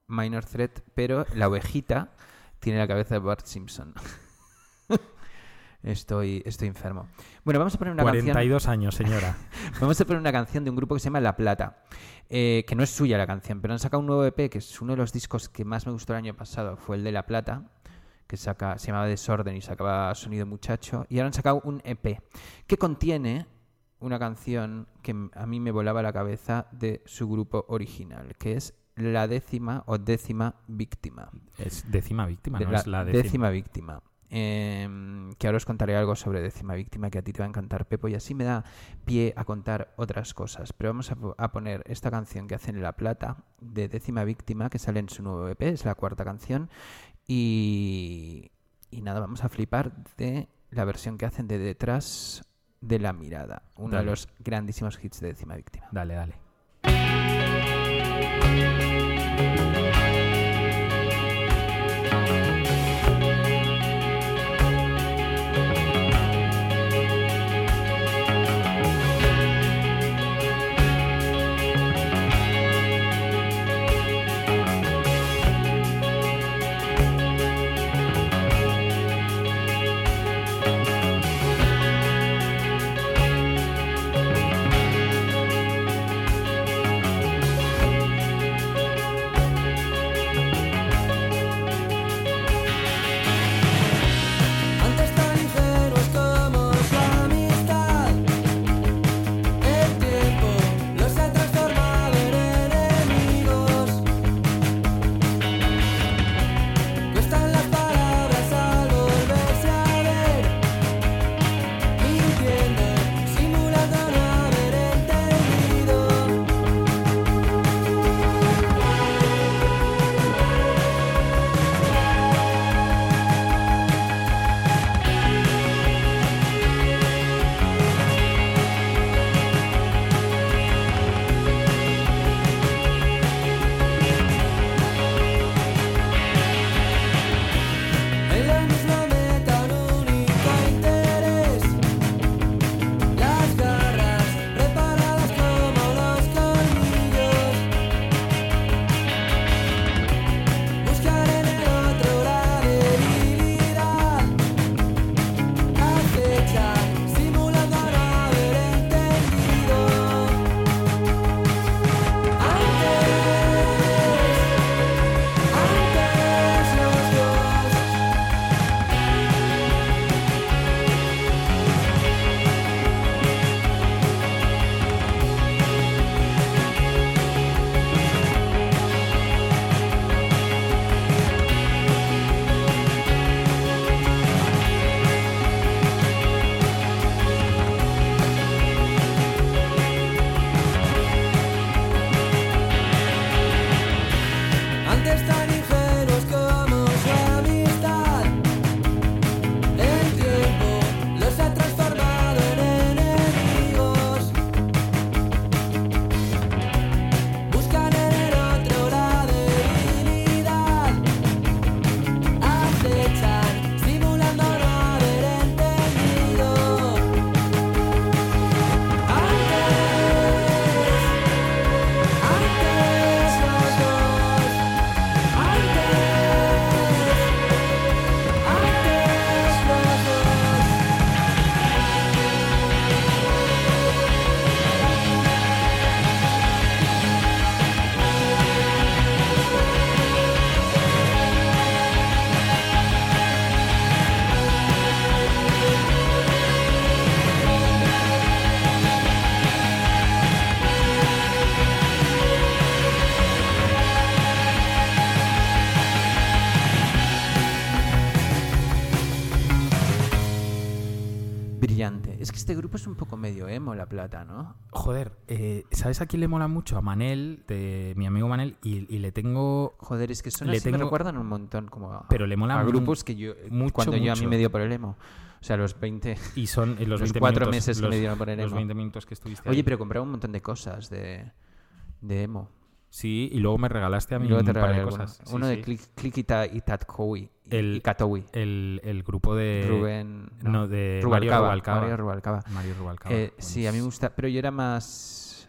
[SPEAKER 3] Minor Threat, pero la ovejita tiene la cabeza de Bart Simpson. (laughs) Estoy, estoy enfermo. Bueno, vamos a poner una canción.
[SPEAKER 4] 42 años, señora.
[SPEAKER 3] Vamos a poner una canción de un grupo que se llama La Plata, eh, que no es suya la canción, pero han sacado un nuevo EP, que es uno de los discos que más me gustó el año pasado, fue el de La Plata, que saca, se llamaba Desorden y sacaba Sonido Muchacho, y ahora han sacado un EP, que contiene una canción que m- a mí me volaba la cabeza de su grupo original, que es La décima o décima víctima.
[SPEAKER 4] Es décima víctima,
[SPEAKER 3] De
[SPEAKER 4] no
[SPEAKER 3] la
[SPEAKER 4] es la décima.
[SPEAKER 3] décima, víctima. Eh, que ahora os contaré algo sobre décima víctima que a ti te va a encantar, Pepo, y así me da pie a contar otras cosas. Pero vamos a, po- a poner esta canción que hacen en La Plata de décima víctima que sale en su nuevo EP, es la cuarta canción. Y, y nada, vamos a flipar de la versión que hacen de Detrás de la Mirada, uno
[SPEAKER 4] Dale.
[SPEAKER 3] de los grandísimos hits de décima víctima.
[SPEAKER 4] Dale, dale.
[SPEAKER 5] Detrás
[SPEAKER 3] Es que este grupo es un poco medio emo, La Plata, ¿no?
[SPEAKER 4] Joder, eh, ¿sabes a quién le mola mucho? A Manel, de mi amigo Manel, y, y le tengo.
[SPEAKER 3] Joder, es que son
[SPEAKER 4] Le
[SPEAKER 3] así, me
[SPEAKER 4] tengo-
[SPEAKER 3] recuerdan un montón como a,
[SPEAKER 4] Pero le mola
[SPEAKER 3] a
[SPEAKER 4] mu-
[SPEAKER 3] grupos que yo eh,
[SPEAKER 4] mucho,
[SPEAKER 3] cuando yo a mí
[SPEAKER 4] mucho.
[SPEAKER 3] me dio por el emo. O sea, los
[SPEAKER 4] (laughs)
[SPEAKER 3] 20.
[SPEAKER 4] Y son eh, los,
[SPEAKER 3] Los
[SPEAKER 4] 20
[SPEAKER 3] cuatro
[SPEAKER 4] minutos-
[SPEAKER 3] meses que
[SPEAKER 4] los-
[SPEAKER 3] me dieron por el
[SPEAKER 4] Los
[SPEAKER 3] emo.
[SPEAKER 4] 20 minutos que estuviste ahí.
[SPEAKER 3] Oye, pero compraba un montón de cosas de, de emo.
[SPEAKER 4] Sí, y luego me regalaste a mí
[SPEAKER 3] Luego te
[SPEAKER 4] un par
[SPEAKER 3] regalaré
[SPEAKER 4] de
[SPEAKER 3] alguno.
[SPEAKER 4] cosas. Sí,
[SPEAKER 3] Uno de
[SPEAKER 4] sí.
[SPEAKER 3] Click, Click y, Ta- y Tatkowi. y-
[SPEAKER 4] El-
[SPEAKER 3] y Katowi.
[SPEAKER 4] El, el grupo de.
[SPEAKER 3] Rubén.
[SPEAKER 4] no, de Mario Rubalcaba.
[SPEAKER 3] Mario Rubalcaba.
[SPEAKER 4] Mario Rubalcaba.
[SPEAKER 3] Eh, sí, a mí me
[SPEAKER 4] buenísimo.
[SPEAKER 3] gusta. Pero yo era más.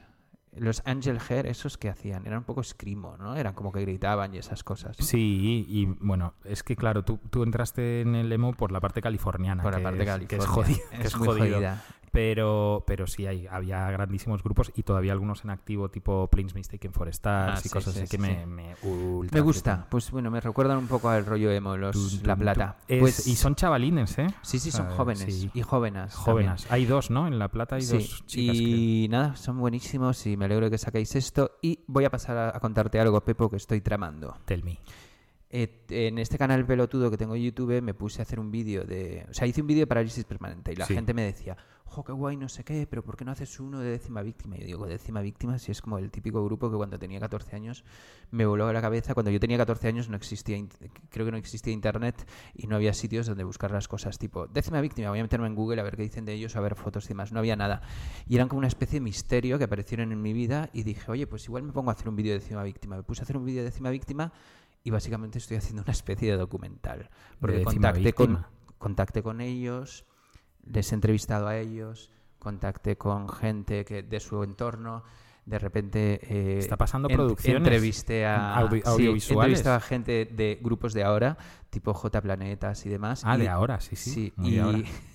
[SPEAKER 3] Los Angel Hair, esos que hacían, eran un poco escrimo, ¿no? Eran como que gritaban y esas cosas. ¿no?
[SPEAKER 4] Sí, y, y, bueno, es que claro, tú, tú entraste en el emo por la parte californiana.
[SPEAKER 3] Por la
[SPEAKER 4] que
[SPEAKER 3] parte
[SPEAKER 4] es-
[SPEAKER 3] california.
[SPEAKER 4] Que es jodido. que
[SPEAKER 3] Es
[SPEAKER 4] es
[SPEAKER 3] muy
[SPEAKER 4] jodido.
[SPEAKER 3] jodida.
[SPEAKER 4] Pero, pero sí, hay, había grandísimos grupos y todavía algunos en activo, tipo Planes Mistaken for Stars
[SPEAKER 3] Ah,
[SPEAKER 4] y
[SPEAKER 3] sí,
[SPEAKER 4] cosas
[SPEAKER 3] sí,
[SPEAKER 4] así
[SPEAKER 3] sí,
[SPEAKER 4] que me,
[SPEAKER 3] sí.
[SPEAKER 4] me ultra
[SPEAKER 3] Me gusta.
[SPEAKER 4] flipan.
[SPEAKER 3] Pues bueno, me recuerdan un poco al rollo emo, los
[SPEAKER 4] Tum, tum,
[SPEAKER 3] La
[SPEAKER 4] tum.
[SPEAKER 3] Plata.
[SPEAKER 4] Es-
[SPEAKER 3] pues,
[SPEAKER 4] y son chavalines, ¿eh?
[SPEAKER 3] Sí, sí,
[SPEAKER 4] O sea,
[SPEAKER 3] son jóvenes.
[SPEAKER 4] sí.
[SPEAKER 3] Y jóvenes.
[SPEAKER 4] Jóvenes. Hay dos, ¿no? En La Plata hay dos chicas. que-
[SPEAKER 3] y nada, son buenísimos y me alegro que saquéis esto. Y voy a pasar a, a contarte algo, Pepo, que estoy tramando.
[SPEAKER 4] Tell me.
[SPEAKER 3] Eh, en este canal pelotudo que tengo en YouTube me puse a hacer un vídeo de... O sea, hice un vídeo de parálisis permanente y la
[SPEAKER 4] Sí.
[SPEAKER 3] gente me decía, jo, qué guay, no sé qué, pero ¿por qué no haces uno de décima víctima? Y yo digo, décima víctima si es como el típico grupo que cuando tenía 14 años me voló a la cabeza. Cuando yo tenía 14 años no existía, in- creo que no existía internet y no había sitios donde buscar las cosas tipo, décima víctima, voy a meterme en Google a ver qué dicen de ellos, a ver fotos y demás. No había nada. Y eran como una especie de misterio que aparecieron en mi vida y dije, oye, pues igual me pongo a hacer un vídeo de décima víctima. Me puse a hacer un vídeo de décima víctima y básicamente estoy haciendo una especie de documental. Porque
[SPEAKER 4] décima
[SPEAKER 3] contacté con,
[SPEAKER 4] víctima.
[SPEAKER 3] contacté con ellos, les he entrevistado a ellos, contacté con gente que de su entorno. De repente. eh,
[SPEAKER 4] Está pasando
[SPEAKER 3] en-
[SPEAKER 4] producciones
[SPEAKER 3] Entrevisté a.
[SPEAKER 4] audi-
[SPEAKER 3] sí,
[SPEAKER 4] audiovisuales.
[SPEAKER 3] entrevisté a gente de grupos de ahora, tipo J Planetas y demás.
[SPEAKER 4] Ah,
[SPEAKER 3] y-
[SPEAKER 4] de ahora, sí, sí. muy
[SPEAKER 3] y
[SPEAKER 4] de ahora.
[SPEAKER 3] (laughs)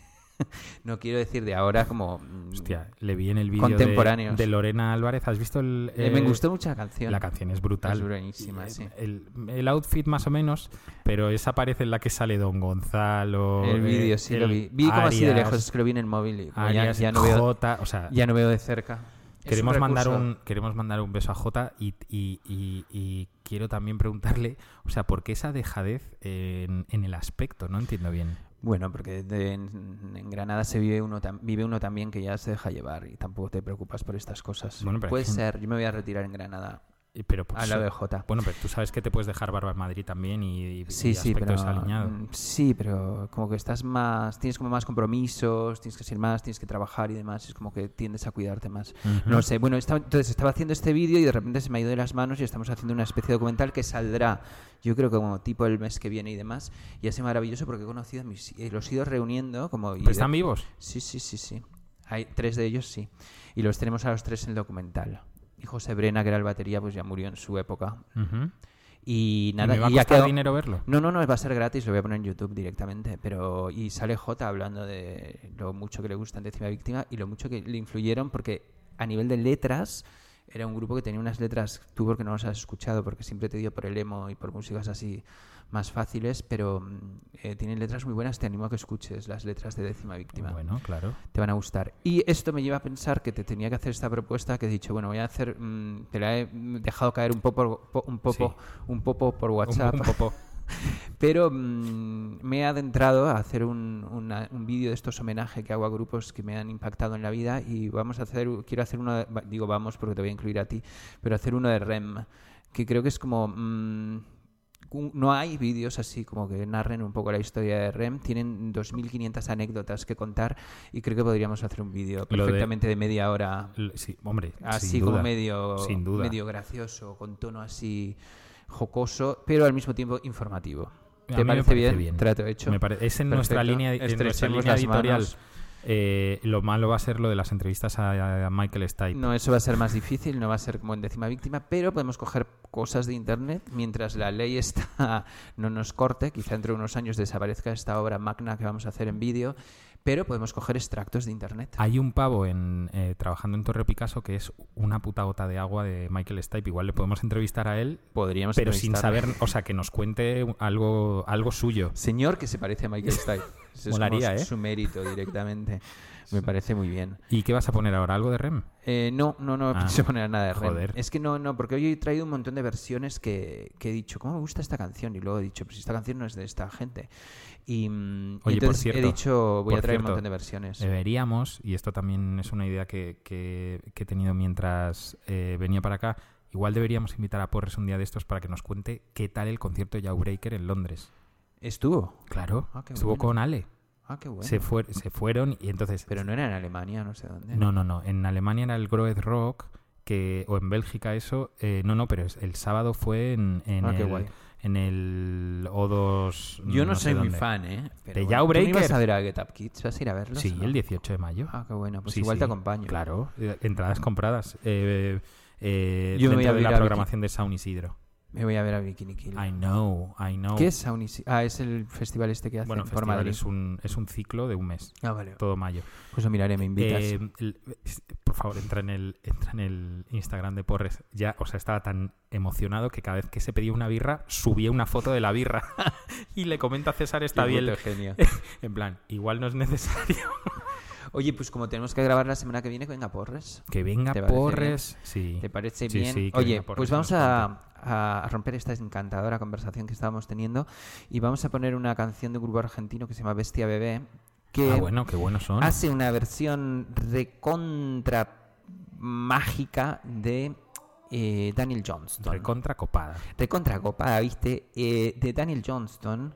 [SPEAKER 3] no quiero decir de ahora como. mm,
[SPEAKER 4] Hostia, le vi en el vídeo de,
[SPEAKER 3] Contemporáneos.
[SPEAKER 4] de Lorena Álvarez. ¿Has visto el...?
[SPEAKER 3] eh, me
[SPEAKER 4] eh,
[SPEAKER 3] gustó mucho la canción.
[SPEAKER 4] La canción es brutal.
[SPEAKER 3] Es buenísima,
[SPEAKER 4] Y,
[SPEAKER 3] sí.
[SPEAKER 4] eh, El, el outfit más o menos, pero esa parece en la que sale Don Gonzalo.
[SPEAKER 3] El
[SPEAKER 4] eh,
[SPEAKER 3] vídeo sí lo
[SPEAKER 4] el
[SPEAKER 3] vi. Vi como así de
[SPEAKER 4] Arias,
[SPEAKER 3] lejos, es que lo vi en el móvil y como ya,
[SPEAKER 4] Arias,
[SPEAKER 3] ya no veo,
[SPEAKER 4] Jota, o sea,
[SPEAKER 3] ya no veo de cerca. Es
[SPEAKER 4] queremos, mandar
[SPEAKER 3] recurso.
[SPEAKER 4] un, queremos mandar un beso a Jota y, y- y- y quiero también preguntarle, o sea, ¿por qué esa dejadez en, en el aspecto? No entiendo bien.
[SPEAKER 3] Bueno, porque de- en, en Granada se vive uno, tam- vive uno también que ya se deja llevar y tampoco te preocupas por estas cosas.
[SPEAKER 4] Bueno, pero hay
[SPEAKER 3] Puede
[SPEAKER 4] gente-
[SPEAKER 3] ser, yo me voy a retirar en Granada.
[SPEAKER 4] Eh, Pero pues,
[SPEAKER 3] Al lado de Jota.
[SPEAKER 4] Bueno, pero tú sabes que te puedes dejar barba en Madrid también y, y- y
[SPEAKER 3] Sí, sí,
[SPEAKER 4] aspecto
[SPEAKER 3] pero
[SPEAKER 4] desaliñado.
[SPEAKER 3] mm, sí, pero como que estás más, tienes como más compromisos, tienes que ser más, tienes que trabajar y demás, es como que tiendes a cuidarte más. No sé, bueno, estaba- entonces estaba haciendo este vídeo y de repente se me ha ido de las manos y estamos haciendo una especie de documental que saldrá, yo creo que como tipo el mes que viene y demás, y ha sido maravilloso porque he conocido a mis, eh, los he ido reuniendo como y
[SPEAKER 4] Pero
[SPEAKER 3] de-
[SPEAKER 4] están vivos.
[SPEAKER 3] Sí, sí, sí, sí. Hay tres de ellos, sí. Y los tenemos a los tres en el documental. Y José Brena, que era el batería, pues ya murió en su época.
[SPEAKER 4] Ujú.
[SPEAKER 3] Y
[SPEAKER 4] ¿Y Mm,
[SPEAKER 3] nada,
[SPEAKER 4] me va a
[SPEAKER 3] y ha
[SPEAKER 4] costar
[SPEAKER 3] quedado-
[SPEAKER 4] dinero verlo?
[SPEAKER 3] no, no, no, va a ser gratis, lo voy a poner en YouTube directamente. Pero. Y sale J hablando de lo mucho que le gustan Décima Víctima y lo mucho que le influyeron, porque a nivel de letras, era un grupo que tenía unas letras, tú porque no las has escuchado, porque siempre te dio por el emo y por músicas así más fáciles, pero mm, eh, tienen letras muy buenas, te animo a que escuches las letras de Décima Víctima
[SPEAKER 4] Bueno, claro.
[SPEAKER 3] te van a gustar. Y esto me lleva a pensar que te tenía que hacer esta propuesta que he dicho, bueno, voy a hacer, mm, te la he mm, dejado caer un poco, po- un poco, un poco por WhatsApp,
[SPEAKER 4] un poco.
[SPEAKER 3] pero mm, me he adentrado a hacer un, una- un vídeo de estos homenaje que hago a grupos que me han impactado en la vida y vamos a hacer, quiero hacer uno, de- va- digo vamos porque te voy a incluir a ti, pero hacer uno de REM, que creo que es como... mm, un- no hay vídeos así como que narren un poco la historia de REM. Tienen 2.500 anécdotas que contar y creo que podríamos hacer un vídeo
[SPEAKER 4] Lo de-
[SPEAKER 3] perfectamente de media hora
[SPEAKER 4] (laughs) L- Sí, hombre,
[SPEAKER 3] así
[SPEAKER 4] sin
[SPEAKER 3] como
[SPEAKER 4] duda,
[SPEAKER 3] medio,
[SPEAKER 4] sin duda.
[SPEAKER 3] medio gracioso, con tono así jocoso, pero al mismo tiempo informativo.
[SPEAKER 4] A
[SPEAKER 3] ¿Te
[SPEAKER 4] mí
[SPEAKER 3] parece,
[SPEAKER 4] me
[SPEAKER 3] bien? Trato hecho.
[SPEAKER 4] Me pare- Es en nuestra
[SPEAKER 3] Perfecto.
[SPEAKER 4] línea, en nuestra
[SPEAKER 3] Estrechemos
[SPEAKER 4] línea
[SPEAKER 3] las
[SPEAKER 4] editorial.
[SPEAKER 3] manos.
[SPEAKER 4] Eh, lo malo va a ser lo de las entrevistas a, a Michael Stipe.
[SPEAKER 3] No, eso va a ser más difícil, no va a ser como en décima víctima, pero podemos coger cosas de internet mientras la ley está (laughs) no nos corte, quizá entre unos años desaparezca esta obra magna que vamos a hacer en vídeo, pero podemos coger extractos de internet.
[SPEAKER 4] Hay un pavo en, eh, trabajando en Torre Picasso que es una puta gota de agua de Michael Stipe. Igual le podemos entrevistar a él,
[SPEAKER 3] Podríamos
[SPEAKER 4] pero sin
[SPEAKER 3] entrevistarle.
[SPEAKER 4] saber, o sea, que nos cuente algo, algo suyo. (laughs)
[SPEAKER 3] Señor que se parece a Michael Stipe. Eso es
[SPEAKER 4] Molaría,
[SPEAKER 3] como
[SPEAKER 4] ¿eh?
[SPEAKER 3] su mérito
[SPEAKER 4] (laughs)
[SPEAKER 3] directamente. Me parece muy bien.
[SPEAKER 4] ¿Y qué vas a poner ahora? ¿Algo de REM?
[SPEAKER 3] Eh, no, no, no
[SPEAKER 4] Ah,
[SPEAKER 3] pienso poner nada de Rem.
[SPEAKER 4] joder.
[SPEAKER 3] Es que no, no, porque hoy he traído un montón de versiones que, que he dicho, ¿cómo me gusta esta canción? Y luego he dicho, pero si esta canción no es de esta gente. Y, mm, y
[SPEAKER 4] Oye, por
[SPEAKER 3] entonces
[SPEAKER 4] cierto,
[SPEAKER 3] he dicho, voy
[SPEAKER 4] por
[SPEAKER 3] a traer
[SPEAKER 4] cierto, eh,
[SPEAKER 3] un montón de versiones.
[SPEAKER 4] Deberíamos, y esto también es una idea que, que- que he tenido mientras eh, venía para acá, igual deberíamos invitar a Porres un día de estos para que nos cuente qué tal el concierto de Jawbreaker en Londres.
[SPEAKER 3] Estuvo.
[SPEAKER 4] Claro,
[SPEAKER 3] Ah, qué
[SPEAKER 4] estuvo
[SPEAKER 3] bueno.
[SPEAKER 4] con Ale.
[SPEAKER 3] Ah, qué bueno.
[SPEAKER 4] Se, fue- se fueron y entonces...
[SPEAKER 3] Pero no era en Alemania, no sé dónde.
[SPEAKER 4] No, no, no. En Alemania era el Groet Rock, que, o en Bélgica eso. eh, no, no, pero es- el sábado fue en, en
[SPEAKER 3] Ah,
[SPEAKER 4] el,
[SPEAKER 3] qué guay.
[SPEAKER 4] en el O2.
[SPEAKER 3] Yo no,
[SPEAKER 4] sé
[SPEAKER 3] soy muy
[SPEAKER 4] dónde.
[SPEAKER 3] fan, ¿eh? Pero
[SPEAKER 4] De
[SPEAKER 3] bueno, ¿Tú no
[SPEAKER 4] Jawbreaker.
[SPEAKER 3] ibas a ver a Get Up Kids? ¿Vas a ir a verlos?
[SPEAKER 4] Sí,
[SPEAKER 3] o no?
[SPEAKER 4] el 18 de mayo.
[SPEAKER 3] Ah, qué bueno. Pues
[SPEAKER 4] Sí,
[SPEAKER 3] igual
[SPEAKER 4] sí.
[SPEAKER 3] te acompaño.
[SPEAKER 4] Claro, eh, entradas compradas. eh, eh,
[SPEAKER 3] Yo me voy
[SPEAKER 4] dentro
[SPEAKER 3] a
[SPEAKER 4] de
[SPEAKER 3] ver
[SPEAKER 4] la
[SPEAKER 3] a Vicky.
[SPEAKER 4] programación de Sound Isidro.
[SPEAKER 3] Me voy a ver a Bikini Kill.
[SPEAKER 4] I know, I know.
[SPEAKER 3] ¿Qué es Sound Isi- Ah, es el festival este que hacen
[SPEAKER 4] Bueno,
[SPEAKER 3] por
[SPEAKER 4] festival
[SPEAKER 3] Madrid.
[SPEAKER 4] es un, es un ciclo de un mes,
[SPEAKER 3] Ah, vale.
[SPEAKER 4] todo mayo.
[SPEAKER 3] Pues lo miraré, me invitas.
[SPEAKER 4] Eh, el- por favor, entra en, el, entra en el Instagram de Porres. Ya, o sea, estaba tan emocionado que cada vez que se pedía una birra, subía una foto de la birra. (laughs) y le comenta a César está
[SPEAKER 3] Qué
[SPEAKER 4] bien.
[SPEAKER 3] puto
[SPEAKER 4] (laughs)
[SPEAKER 3] genio.
[SPEAKER 4] En plan, igual no es necesario.
[SPEAKER 3] Oye, pues como tenemos que grabar la semana que viene, venga, porres.
[SPEAKER 4] Que
[SPEAKER 3] (laughs)
[SPEAKER 4] venga
[SPEAKER 3] ¿Te parece
[SPEAKER 4] Porres. Sí. Ah,
[SPEAKER 3] ¿Te parece
[SPEAKER 4] Sí,
[SPEAKER 3] bien?
[SPEAKER 4] sí, que
[SPEAKER 3] Oye,
[SPEAKER 4] venga Porres
[SPEAKER 3] pues
[SPEAKER 4] y
[SPEAKER 3] vamos
[SPEAKER 4] nos
[SPEAKER 3] a, a romper esta encantadora conversación que estábamos teniendo y vamos a poner una canción de un grupo argentino que se llama Bestia Bebé, que
[SPEAKER 4] Ah, bueno, qué buenos son.
[SPEAKER 3] hace una versión recontra mágica de eh, Daniel Johnston.
[SPEAKER 4] Recontra copada.
[SPEAKER 3] recontra copada, ¿viste? Eh, de Daniel Johnston,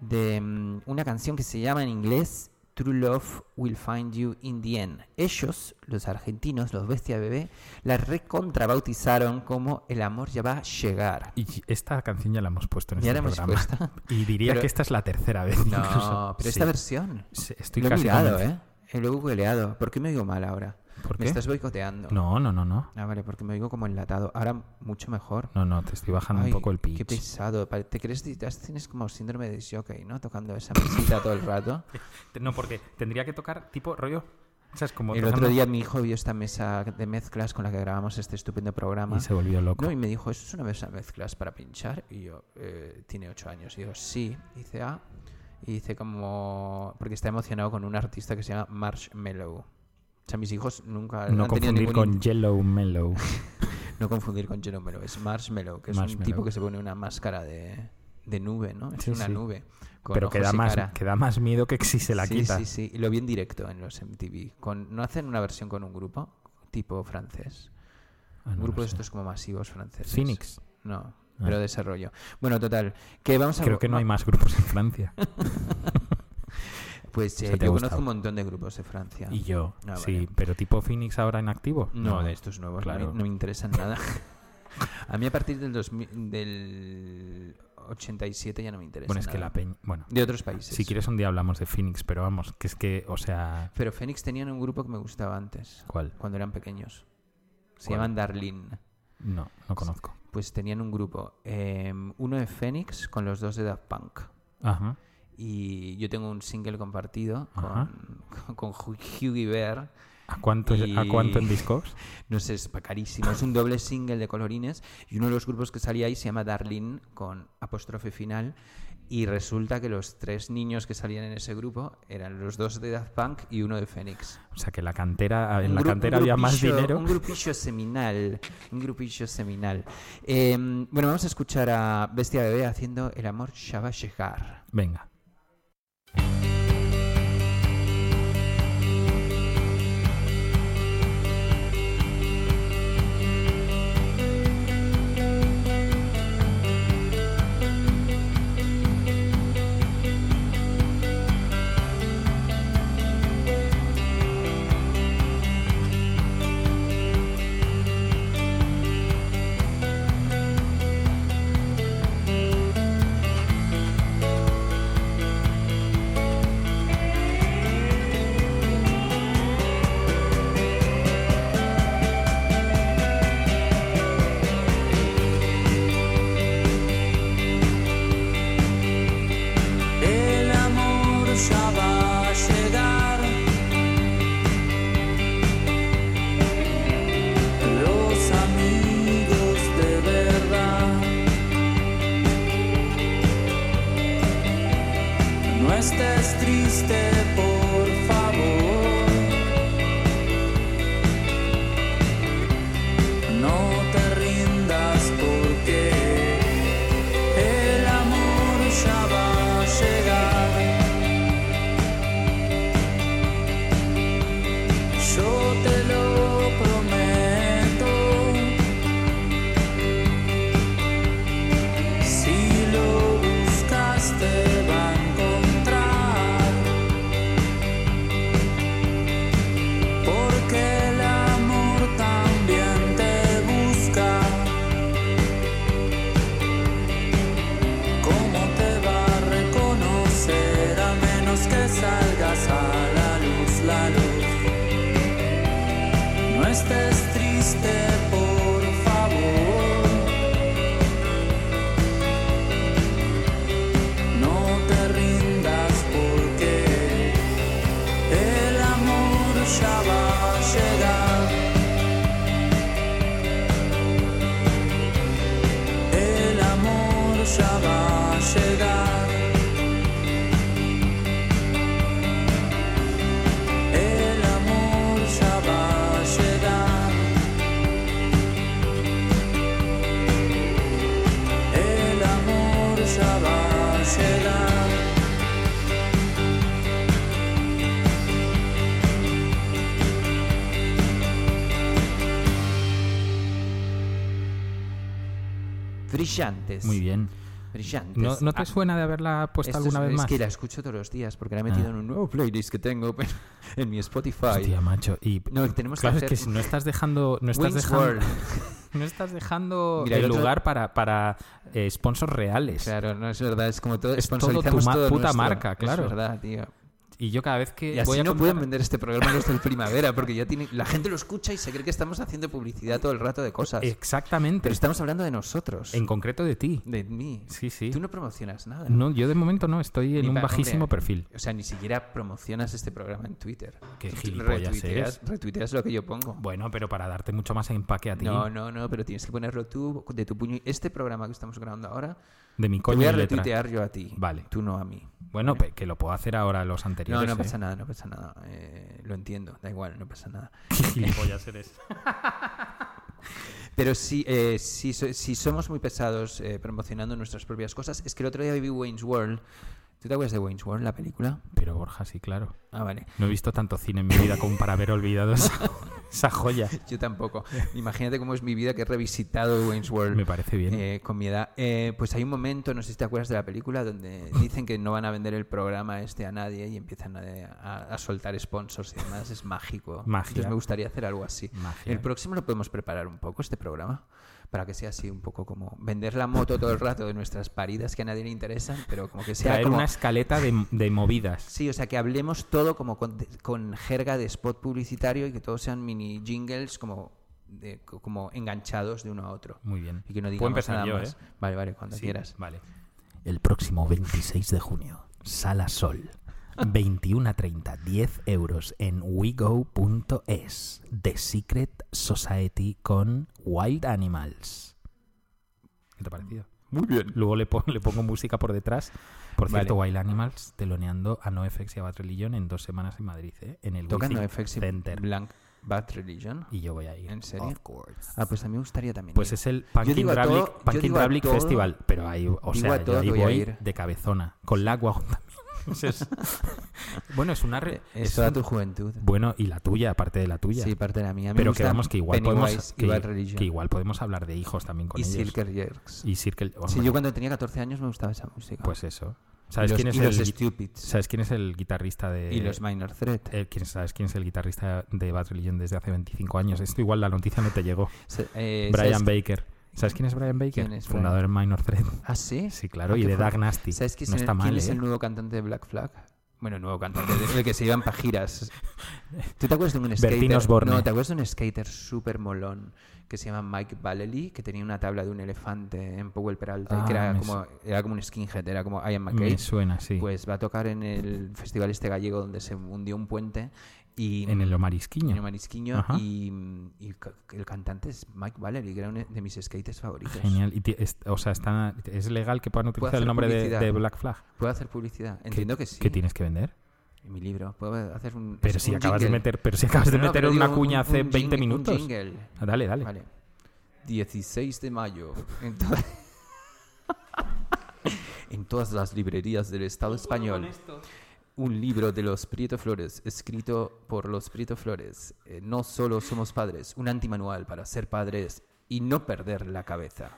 [SPEAKER 3] de mm, una canción que se llama en inglés True Love Will Find You in the End. Ellos, los argentinos, los bestia bebé, la recontra bautizaron como El amor ya va a llegar.
[SPEAKER 4] Y esta canción ya la hemos puesto en
[SPEAKER 3] Ya
[SPEAKER 4] este
[SPEAKER 3] la hemos
[SPEAKER 4] programa.
[SPEAKER 3] puesto.
[SPEAKER 4] (laughs) Y diría
[SPEAKER 3] Pero-
[SPEAKER 4] que esta es la tercera vez.
[SPEAKER 3] No,
[SPEAKER 4] incluso.
[SPEAKER 3] pero
[SPEAKER 4] Sí.
[SPEAKER 3] esta versión.
[SPEAKER 4] Sí, Estoy
[SPEAKER 3] lo he
[SPEAKER 4] casi
[SPEAKER 3] mirado,
[SPEAKER 4] convencido.
[SPEAKER 3] ¿eh? Eh, Lo he googleado. ¿Por qué me oigo mal ahora?
[SPEAKER 4] ¿Por
[SPEAKER 3] Me
[SPEAKER 4] qué?
[SPEAKER 3] estás boicoteando.
[SPEAKER 4] No, no, no, no.
[SPEAKER 3] Ah, vale, porque me oigo como enlatado. Ahora mucho mejor.
[SPEAKER 4] No, no, te estoy bajando
[SPEAKER 3] Ay,
[SPEAKER 4] un poco el
[SPEAKER 3] Qué
[SPEAKER 4] pitch.
[SPEAKER 3] pesado. Pare- Te crees tienes como síndrome de jockey, ¿no? Tocando esa mesita todo el rato.
[SPEAKER 4] (laughs) No, porque tendría que tocar tipo rollo. O sea, es (laughs) como
[SPEAKER 3] El
[SPEAKER 4] tocando-
[SPEAKER 3] otro día mi hijo vio esta mesa de mezclas con la que grabamos este estupendo programa.
[SPEAKER 4] Y se volvió loco.
[SPEAKER 3] No, y me dijo, ¿eso es una mesa de mezclas para pinchar? Y yo, "Eh, tiene ocho años. Y digo, sí. Y dice, ah. Y dice como... Porque está emocionado con un artista que se llama Marshmallow. O sea, mis hijos nunca
[SPEAKER 4] no
[SPEAKER 3] han tenido
[SPEAKER 4] confundir
[SPEAKER 3] ningún
[SPEAKER 4] con Yellow Mellow.
[SPEAKER 3] No confundir con Jerome Melo, es Marshmallow, que es
[SPEAKER 4] Marshmallow.
[SPEAKER 3] un tipo que se pone una máscara de, de nube, ¿no? Es
[SPEAKER 4] Sí,
[SPEAKER 3] una
[SPEAKER 4] sí.
[SPEAKER 3] nube. (laughs) Con
[SPEAKER 4] Pero
[SPEAKER 3] ojos
[SPEAKER 4] que da,
[SPEAKER 3] y
[SPEAKER 4] más,
[SPEAKER 3] cara.
[SPEAKER 4] que da más miedo que si se la
[SPEAKER 3] sí,
[SPEAKER 4] quita.
[SPEAKER 3] Sí, sí, y lo vi en directo en los MTV. Con, ¿No hacen una versión con un grupo tipo francés?
[SPEAKER 4] Ah, no
[SPEAKER 3] un grupo
[SPEAKER 4] lo
[SPEAKER 3] de
[SPEAKER 4] sé.
[SPEAKER 3] estos como masivos franceses.
[SPEAKER 4] Phoenix. Ah.
[SPEAKER 3] No, pero desarrollo. Bueno, total, que vamos a...
[SPEAKER 4] Creo que no hay más grupos en Francia.
[SPEAKER 3] (laughs) Pues eh,
[SPEAKER 4] sea, te ha
[SPEAKER 3] yo
[SPEAKER 4] gustado.
[SPEAKER 3] conozco un montón de grupos de Francia.
[SPEAKER 4] y yo.
[SPEAKER 3] Ah,
[SPEAKER 4] sí,
[SPEAKER 3] vale.
[SPEAKER 4] pero tipo Phoenix ahora en activo.
[SPEAKER 3] No, de estos nuevos, no me-
[SPEAKER 4] claro.
[SPEAKER 3] no, me interesan
[SPEAKER 4] (laughs)
[SPEAKER 3] nada. a mí a partir del, 2000, del 87 ya no me interesa
[SPEAKER 4] Bueno, es que
[SPEAKER 3] nada.
[SPEAKER 4] la peña. Bueno,
[SPEAKER 3] De otros países.
[SPEAKER 4] si quieres un día hablamos de Phoenix, pero vamos, que es que, o sea.
[SPEAKER 3] Pero Fénix tenían un grupo que me gustaba antes,
[SPEAKER 4] ¿Cuál?
[SPEAKER 3] cuando eran pequeños. Se
[SPEAKER 4] ¿Cuál?
[SPEAKER 3] llaman Darlene.
[SPEAKER 4] No, no conozco.
[SPEAKER 3] Pues tenían un grupo, eh, uno de Fénix con los dos de Daft Punk.
[SPEAKER 4] Ajá.
[SPEAKER 3] Y yo tengo un single compartido
[SPEAKER 4] Ajá.
[SPEAKER 3] con, (laughs) con Hu- Hughie Bear.
[SPEAKER 4] ¿A cuánto, ¿A cuánto en
[SPEAKER 3] Y-
[SPEAKER 4] Discogs?
[SPEAKER 3] No sé, es carísimo. Es un doble single de colorines. Y uno de los grupos que salía ahí se llama Darlene con apóstrofe final. Y resulta que los tres niños que salían en ese grupo eran los dos de Daft Punk y uno de Fénix.
[SPEAKER 4] O sea, que la cantera, en
[SPEAKER 3] Un
[SPEAKER 4] la
[SPEAKER 3] gru- un
[SPEAKER 4] cantera había más
[SPEAKER 3] grupillo-
[SPEAKER 4] dinero.
[SPEAKER 3] Un grupillo seminal. Un grupillo seminal. Eh, bueno, vamos a escuchar a Bestia Bebé haciendo El amor ya va a llegar.
[SPEAKER 4] Venga.
[SPEAKER 5] Quiero
[SPEAKER 3] Brillantes.
[SPEAKER 4] Muy bien.
[SPEAKER 3] Brillantes.
[SPEAKER 4] ¿No, no te
[SPEAKER 3] Ah,
[SPEAKER 4] suena de haberla puesto
[SPEAKER 3] esto es-
[SPEAKER 4] alguna vez
[SPEAKER 3] es
[SPEAKER 4] más?
[SPEAKER 3] que la escucho todos los días porque la he metido
[SPEAKER 4] Ah.
[SPEAKER 3] en un nuevo playlist que tengo (laughs) en mi Spotify.
[SPEAKER 4] Hostia, macho. Y
[SPEAKER 3] No, tenemos
[SPEAKER 4] claro,
[SPEAKER 3] que hacer
[SPEAKER 4] es que si no estás dejando. No estás
[SPEAKER 3] Wayne's
[SPEAKER 4] dejando,
[SPEAKER 3] World.
[SPEAKER 4] (laughs) no estás dejando
[SPEAKER 3] Mira,
[SPEAKER 4] el
[SPEAKER 3] el otro-
[SPEAKER 4] lugar para, para eh, sponsors reales.
[SPEAKER 3] Claro, no es verdad, es como todo.
[SPEAKER 4] Es todo
[SPEAKER 3] sponsorizamos
[SPEAKER 4] tu ma-
[SPEAKER 3] todo
[SPEAKER 4] puta
[SPEAKER 3] nuestro.
[SPEAKER 4] marca, claro.
[SPEAKER 3] Es verdad, tío.
[SPEAKER 4] Y yo cada vez que
[SPEAKER 3] Y así
[SPEAKER 4] voy a
[SPEAKER 3] no
[SPEAKER 4] comprar- (laughs)
[SPEAKER 3] pueden vender este programa los del primavera, porque ya tiene, la gente lo escucha y se cree que estamos haciendo publicidad todo el rato de cosas.
[SPEAKER 4] Exactamente.
[SPEAKER 3] Pero estamos hablando de nosotros,
[SPEAKER 4] Eh, En concreto de ti.
[SPEAKER 3] de mí.
[SPEAKER 4] Sí, sí.
[SPEAKER 3] Tú no promocionas nada.
[SPEAKER 4] No, yo de momento no, estoy en
[SPEAKER 3] Ni
[SPEAKER 4] un
[SPEAKER 3] pa-
[SPEAKER 4] bajísimo
[SPEAKER 3] hombre,
[SPEAKER 4] perfil.
[SPEAKER 3] O sea, ni siquiera promocionas este programa en Twitter.
[SPEAKER 4] Qué
[SPEAKER 3] Tú
[SPEAKER 4] gilipollas
[SPEAKER 3] retuiteas,
[SPEAKER 4] eres.
[SPEAKER 3] retuiteas lo que yo pongo.
[SPEAKER 4] Bueno, pero para darte mucho más empaque a ti.
[SPEAKER 3] No, no, no, pero tienes que ponerlo tú de tu puño. Este programa que estamos grabando ahora,
[SPEAKER 4] de mi
[SPEAKER 3] te voy
[SPEAKER 4] coño
[SPEAKER 3] a
[SPEAKER 4] y letra.
[SPEAKER 3] retuitear yo a ti.
[SPEAKER 4] Vale.
[SPEAKER 3] Tú no a mí.
[SPEAKER 4] Bueno, pe- que lo puedo hacer ahora a los anteriores.
[SPEAKER 3] No, no
[SPEAKER 4] ¿eh? (laughs)
[SPEAKER 3] pasa nada, no pasa nada. Eh, lo entiendo, da igual, no pasa nada.
[SPEAKER 4] Qué gilipollas eres.
[SPEAKER 3] Pero si, eh, si, so- si somos muy pesados eh, promocionando nuestras propias cosas, es que el otro día vi Wayne's World. ¿Tú te acuerdas de Wayne's World, la película?
[SPEAKER 4] Pero Borja, sí, claro.
[SPEAKER 3] Ah, vale.
[SPEAKER 4] No he visto tanto cine en mi vida como para haber
[SPEAKER 3] (laughs)
[SPEAKER 4] olvidado esa, esa joya.
[SPEAKER 3] Yo tampoco. Imagínate cómo es mi vida que he revisitado Wayne's World.
[SPEAKER 4] Me parece bien.
[SPEAKER 3] eh, con mi edad. Eh, pues hay un momento, no sé si te acuerdas de la película, donde dicen que no van a vender el programa este a nadie y empiezan a, a- a soltar sponsors y demás. Es mágico.
[SPEAKER 4] (laughs) Magia.
[SPEAKER 3] Entonces me gustaría hacer algo así.
[SPEAKER 4] Magia.
[SPEAKER 3] El próximo lo podemos preparar un poco, este programa, para que sea así un poco como vender la moto todo el rato de nuestras paridas que a nadie le interesan, pero como que sea
[SPEAKER 4] Traer
[SPEAKER 3] como...
[SPEAKER 4] una escaleta de, de movidas.
[SPEAKER 3] Sí, o sea, que hablemos todo como con, con jerga de spot publicitario y que todos sean mini jingles como, de- como enganchados de uno a otro.
[SPEAKER 4] Muy bien.
[SPEAKER 3] Y que no
[SPEAKER 4] Puedo
[SPEAKER 3] digamos
[SPEAKER 4] empezar
[SPEAKER 3] nada
[SPEAKER 4] yo,
[SPEAKER 3] más.
[SPEAKER 4] ¿eh?
[SPEAKER 3] Vale, vale, cuando
[SPEAKER 4] Sí,
[SPEAKER 3] quieras.
[SPEAKER 4] Vale. El próximo 26 de junio, Sala (laughs) Sol, 21 a 30, 10 euros en wego.es. The Secret Society con Wild Animals. ¿Qué te ha parecido?
[SPEAKER 3] Muy bien.
[SPEAKER 4] Luego le, pon- le pongo música por detrás. Por
[SPEAKER 3] Vale.
[SPEAKER 4] cierto, Wild Animals teloneando a NoFX y a Bad Religion en dos semanas en Madrid, ¿eh? en el
[SPEAKER 3] Tocan
[SPEAKER 4] Wizzing
[SPEAKER 3] NoFX y
[SPEAKER 4] Center.
[SPEAKER 3] Blank Bad Religion.
[SPEAKER 4] Y yo voy a ir.
[SPEAKER 3] ¿En serio?
[SPEAKER 4] Of course.
[SPEAKER 3] Ah, pues a mí me gustaría también.
[SPEAKER 4] Pues
[SPEAKER 3] ir.
[SPEAKER 4] es el
[SPEAKER 3] Yo
[SPEAKER 4] Punkin
[SPEAKER 3] digo a
[SPEAKER 4] Drablik,
[SPEAKER 3] todo- yo
[SPEAKER 4] Punkin
[SPEAKER 3] digo a
[SPEAKER 4] Drablik
[SPEAKER 3] todo-
[SPEAKER 4] Festival. Pero ahí, o
[SPEAKER 3] digo a
[SPEAKER 4] sea, yo
[SPEAKER 3] todo
[SPEAKER 4] ahí
[SPEAKER 3] que
[SPEAKER 4] voy,
[SPEAKER 3] voy a ir.
[SPEAKER 4] de cabezona. Con la guau también. O sea, es- (laughs) bueno, es una... re-
[SPEAKER 3] Eh,
[SPEAKER 4] es
[SPEAKER 3] Es toda
[SPEAKER 4] un-
[SPEAKER 3] tu juventud.
[SPEAKER 4] Bueno, y la tuya, aparte de la tuya.
[SPEAKER 3] Sí, parte de la mía. A mí me
[SPEAKER 4] pero
[SPEAKER 3] gusta
[SPEAKER 4] quedamos que igual podemos...
[SPEAKER 3] Pennywise y Bad
[SPEAKER 4] Que,
[SPEAKER 3] Religion.
[SPEAKER 4] que igual podemos hablar de hijos también con
[SPEAKER 3] y
[SPEAKER 4] ellos.
[SPEAKER 3] Silker Jerks.
[SPEAKER 4] Y Circle...
[SPEAKER 3] Sí, yo cuando tenía 14 años me gustaba esa música.
[SPEAKER 4] Pues eso. ¿Sabes,
[SPEAKER 3] Y los-
[SPEAKER 4] quién es
[SPEAKER 3] y los
[SPEAKER 4] el, gui-
[SPEAKER 3] Stupids.
[SPEAKER 4] ¿Sabes quién es el guitarrista de...
[SPEAKER 3] y los Minor Threat.
[SPEAKER 4] eh, ¿quién, ¿Sabes quién es el guitarrista de Bad Religion desde hace 25 años? Esto igual la noticia no te llegó.
[SPEAKER 3] Se- eh, ¿sabes-
[SPEAKER 4] Brian Baker. ¿Sabes quién es Brian Baker?
[SPEAKER 3] ¿Quién es
[SPEAKER 4] Fundador de Minor Threat.
[SPEAKER 3] Ah, sí.
[SPEAKER 4] Sí, claro,
[SPEAKER 3] Ah,
[SPEAKER 4] y
[SPEAKER 3] qué
[SPEAKER 4] de
[SPEAKER 3] fuerte.
[SPEAKER 4] Dark Nasty.
[SPEAKER 3] ¿Sabes quién,
[SPEAKER 4] no
[SPEAKER 3] es,
[SPEAKER 4] está
[SPEAKER 3] el,
[SPEAKER 4] mal,
[SPEAKER 3] quién es
[SPEAKER 4] ¿eh?
[SPEAKER 3] el nuevo cantante de Black Flag? Bueno, el nuevo cantante, el que se iban para giras. ¿Tú te acuerdas de un skater?
[SPEAKER 4] Bertín Osborne.
[SPEAKER 3] No, ¿te acuerdas de un skater súper molón que se llama Mike Vallely, que tenía una tabla de un elefante en Powell Peralta y que
[SPEAKER 4] Ah,
[SPEAKER 3] era
[SPEAKER 4] me
[SPEAKER 3] como, era como un skinhead, era como Ian McKay?
[SPEAKER 4] Me suena, sí.
[SPEAKER 3] Pues va a tocar en el festival este gallego donde se hundió un puente y...
[SPEAKER 4] en el
[SPEAKER 3] en
[SPEAKER 4] Omarisquiño.
[SPEAKER 3] el Marisquiño
[SPEAKER 4] Ajá.
[SPEAKER 3] y, y ca- el cantante es Mike Vallely, que era uno de mis skaters favoritos.
[SPEAKER 4] Genial. Y ti- es, o sea, está, es legal que puedan utilizar
[SPEAKER 3] hacer
[SPEAKER 4] el nombre de,
[SPEAKER 3] publicidad.
[SPEAKER 4] de Black Flag.
[SPEAKER 3] ¿Puedo hacer publicidad? Entiendo que sí.
[SPEAKER 4] ¿Qué tienes que vender?
[SPEAKER 3] En mi libro. Puedo hacer un.
[SPEAKER 4] Pero
[SPEAKER 3] es
[SPEAKER 4] si
[SPEAKER 3] un
[SPEAKER 4] acabas de
[SPEAKER 3] jingle.
[SPEAKER 4] meter, pero si acabas de
[SPEAKER 3] No, no,
[SPEAKER 4] meter
[SPEAKER 3] pero
[SPEAKER 4] una
[SPEAKER 3] digo un-
[SPEAKER 4] cuña hace
[SPEAKER 3] un
[SPEAKER 4] 20
[SPEAKER 3] jingle-
[SPEAKER 4] minutos.
[SPEAKER 3] Un jingle.
[SPEAKER 4] Ah, dale, dale.
[SPEAKER 3] Vale. 16 de mayo. En, to- (laughs) en todas las librerías del Estado español. Un libro de los Prieto Flores, escrito por los Prieto Flores. Eh, no solo somos padres, un antimanual para ser padres y no perder la cabeza.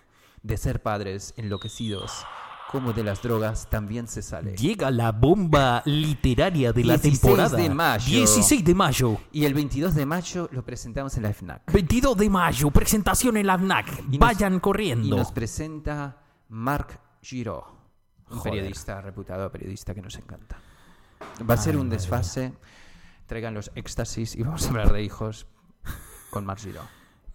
[SPEAKER 3] De ser padres enloquecidos, como de las drogas, también se sale.
[SPEAKER 5] Llega la bomba literaria de la
[SPEAKER 3] 16
[SPEAKER 5] temporada.
[SPEAKER 3] de mayo.
[SPEAKER 5] 16 de mayo.
[SPEAKER 3] Y el 22 de mayo lo presentamos en la FNAC.
[SPEAKER 5] 22 de mayo. Presentación en la FNAC.
[SPEAKER 3] Y nos-
[SPEAKER 5] Vayan
[SPEAKER 3] Y
[SPEAKER 5] corriendo.
[SPEAKER 3] nos presenta Marc Giraud, un
[SPEAKER 5] Joder.
[SPEAKER 3] periodista reputado, periodista que nos encanta. Va a ser un desfase. Traigan los éxtasis y vamos a hablar de hijos con Marc Giraud.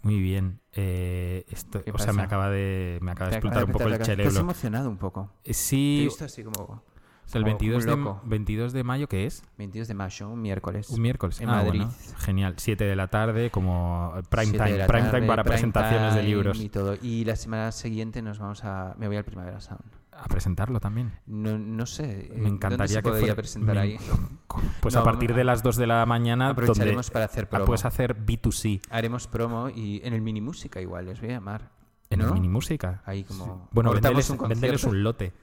[SPEAKER 4] Muy bien. Eh, esto, o
[SPEAKER 3] ¿Qué
[SPEAKER 4] sea, me
[SPEAKER 3] pasa?
[SPEAKER 4] acaba de, me acaba de
[SPEAKER 3] Te acaba
[SPEAKER 4] explotar
[SPEAKER 3] de
[SPEAKER 4] un poco
[SPEAKER 3] petar la
[SPEAKER 4] el
[SPEAKER 3] cabeza. Te has
[SPEAKER 4] cerebro.
[SPEAKER 3] emocionado un poco.
[SPEAKER 4] Eh,
[SPEAKER 3] Te he
[SPEAKER 4] Sí,
[SPEAKER 3] visto así como
[SPEAKER 4] o sea,
[SPEAKER 3] como un
[SPEAKER 4] el 22 de,
[SPEAKER 3] Oh, loco.
[SPEAKER 4] 22 de mayo, ¿qué es?
[SPEAKER 3] 22 de mayo, un miércoles.
[SPEAKER 4] Un miércoles.
[SPEAKER 3] En
[SPEAKER 4] Ah,
[SPEAKER 3] Madrid.
[SPEAKER 4] bueno. Genial. 7 de la tarde, como eh, prime
[SPEAKER 3] Siete de
[SPEAKER 4] time.
[SPEAKER 3] la
[SPEAKER 4] Prime time
[SPEAKER 3] tarde,
[SPEAKER 4] para
[SPEAKER 3] prime
[SPEAKER 4] presentaciones de
[SPEAKER 3] time
[SPEAKER 4] libros.
[SPEAKER 3] Y, todo. y la semana siguiente nos vamos a... Me voy al Primavera Sound.
[SPEAKER 4] A presentarlo también.
[SPEAKER 3] No, no sé. eh,
[SPEAKER 4] Me
[SPEAKER 3] ¿dónde se
[SPEAKER 4] encantaría que
[SPEAKER 3] podría
[SPEAKER 4] fuera-
[SPEAKER 3] presentar
[SPEAKER 4] me-
[SPEAKER 3] ahí.
[SPEAKER 4] (laughs) Pues a
[SPEAKER 3] No,
[SPEAKER 4] partir de las 2 de la mañana
[SPEAKER 3] aprovecharemos
[SPEAKER 4] donde ah,
[SPEAKER 3] para hacer
[SPEAKER 4] la
[SPEAKER 3] promo.
[SPEAKER 4] puedes hacer B2C.
[SPEAKER 3] Haremos promo y en el mini música igual, les voy a llamar.
[SPEAKER 4] En
[SPEAKER 3] ¿No?
[SPEAKER 4] el mini música.
[SPEAKER 3] Ahí como-
[SPEAKER 4] Bueno,
[SPEAKER 3] cortamos
[SPEAKER 4] venderles
[SPEAKER 3] un concierto. (laughs)
[SPEAKER 4] un, lote.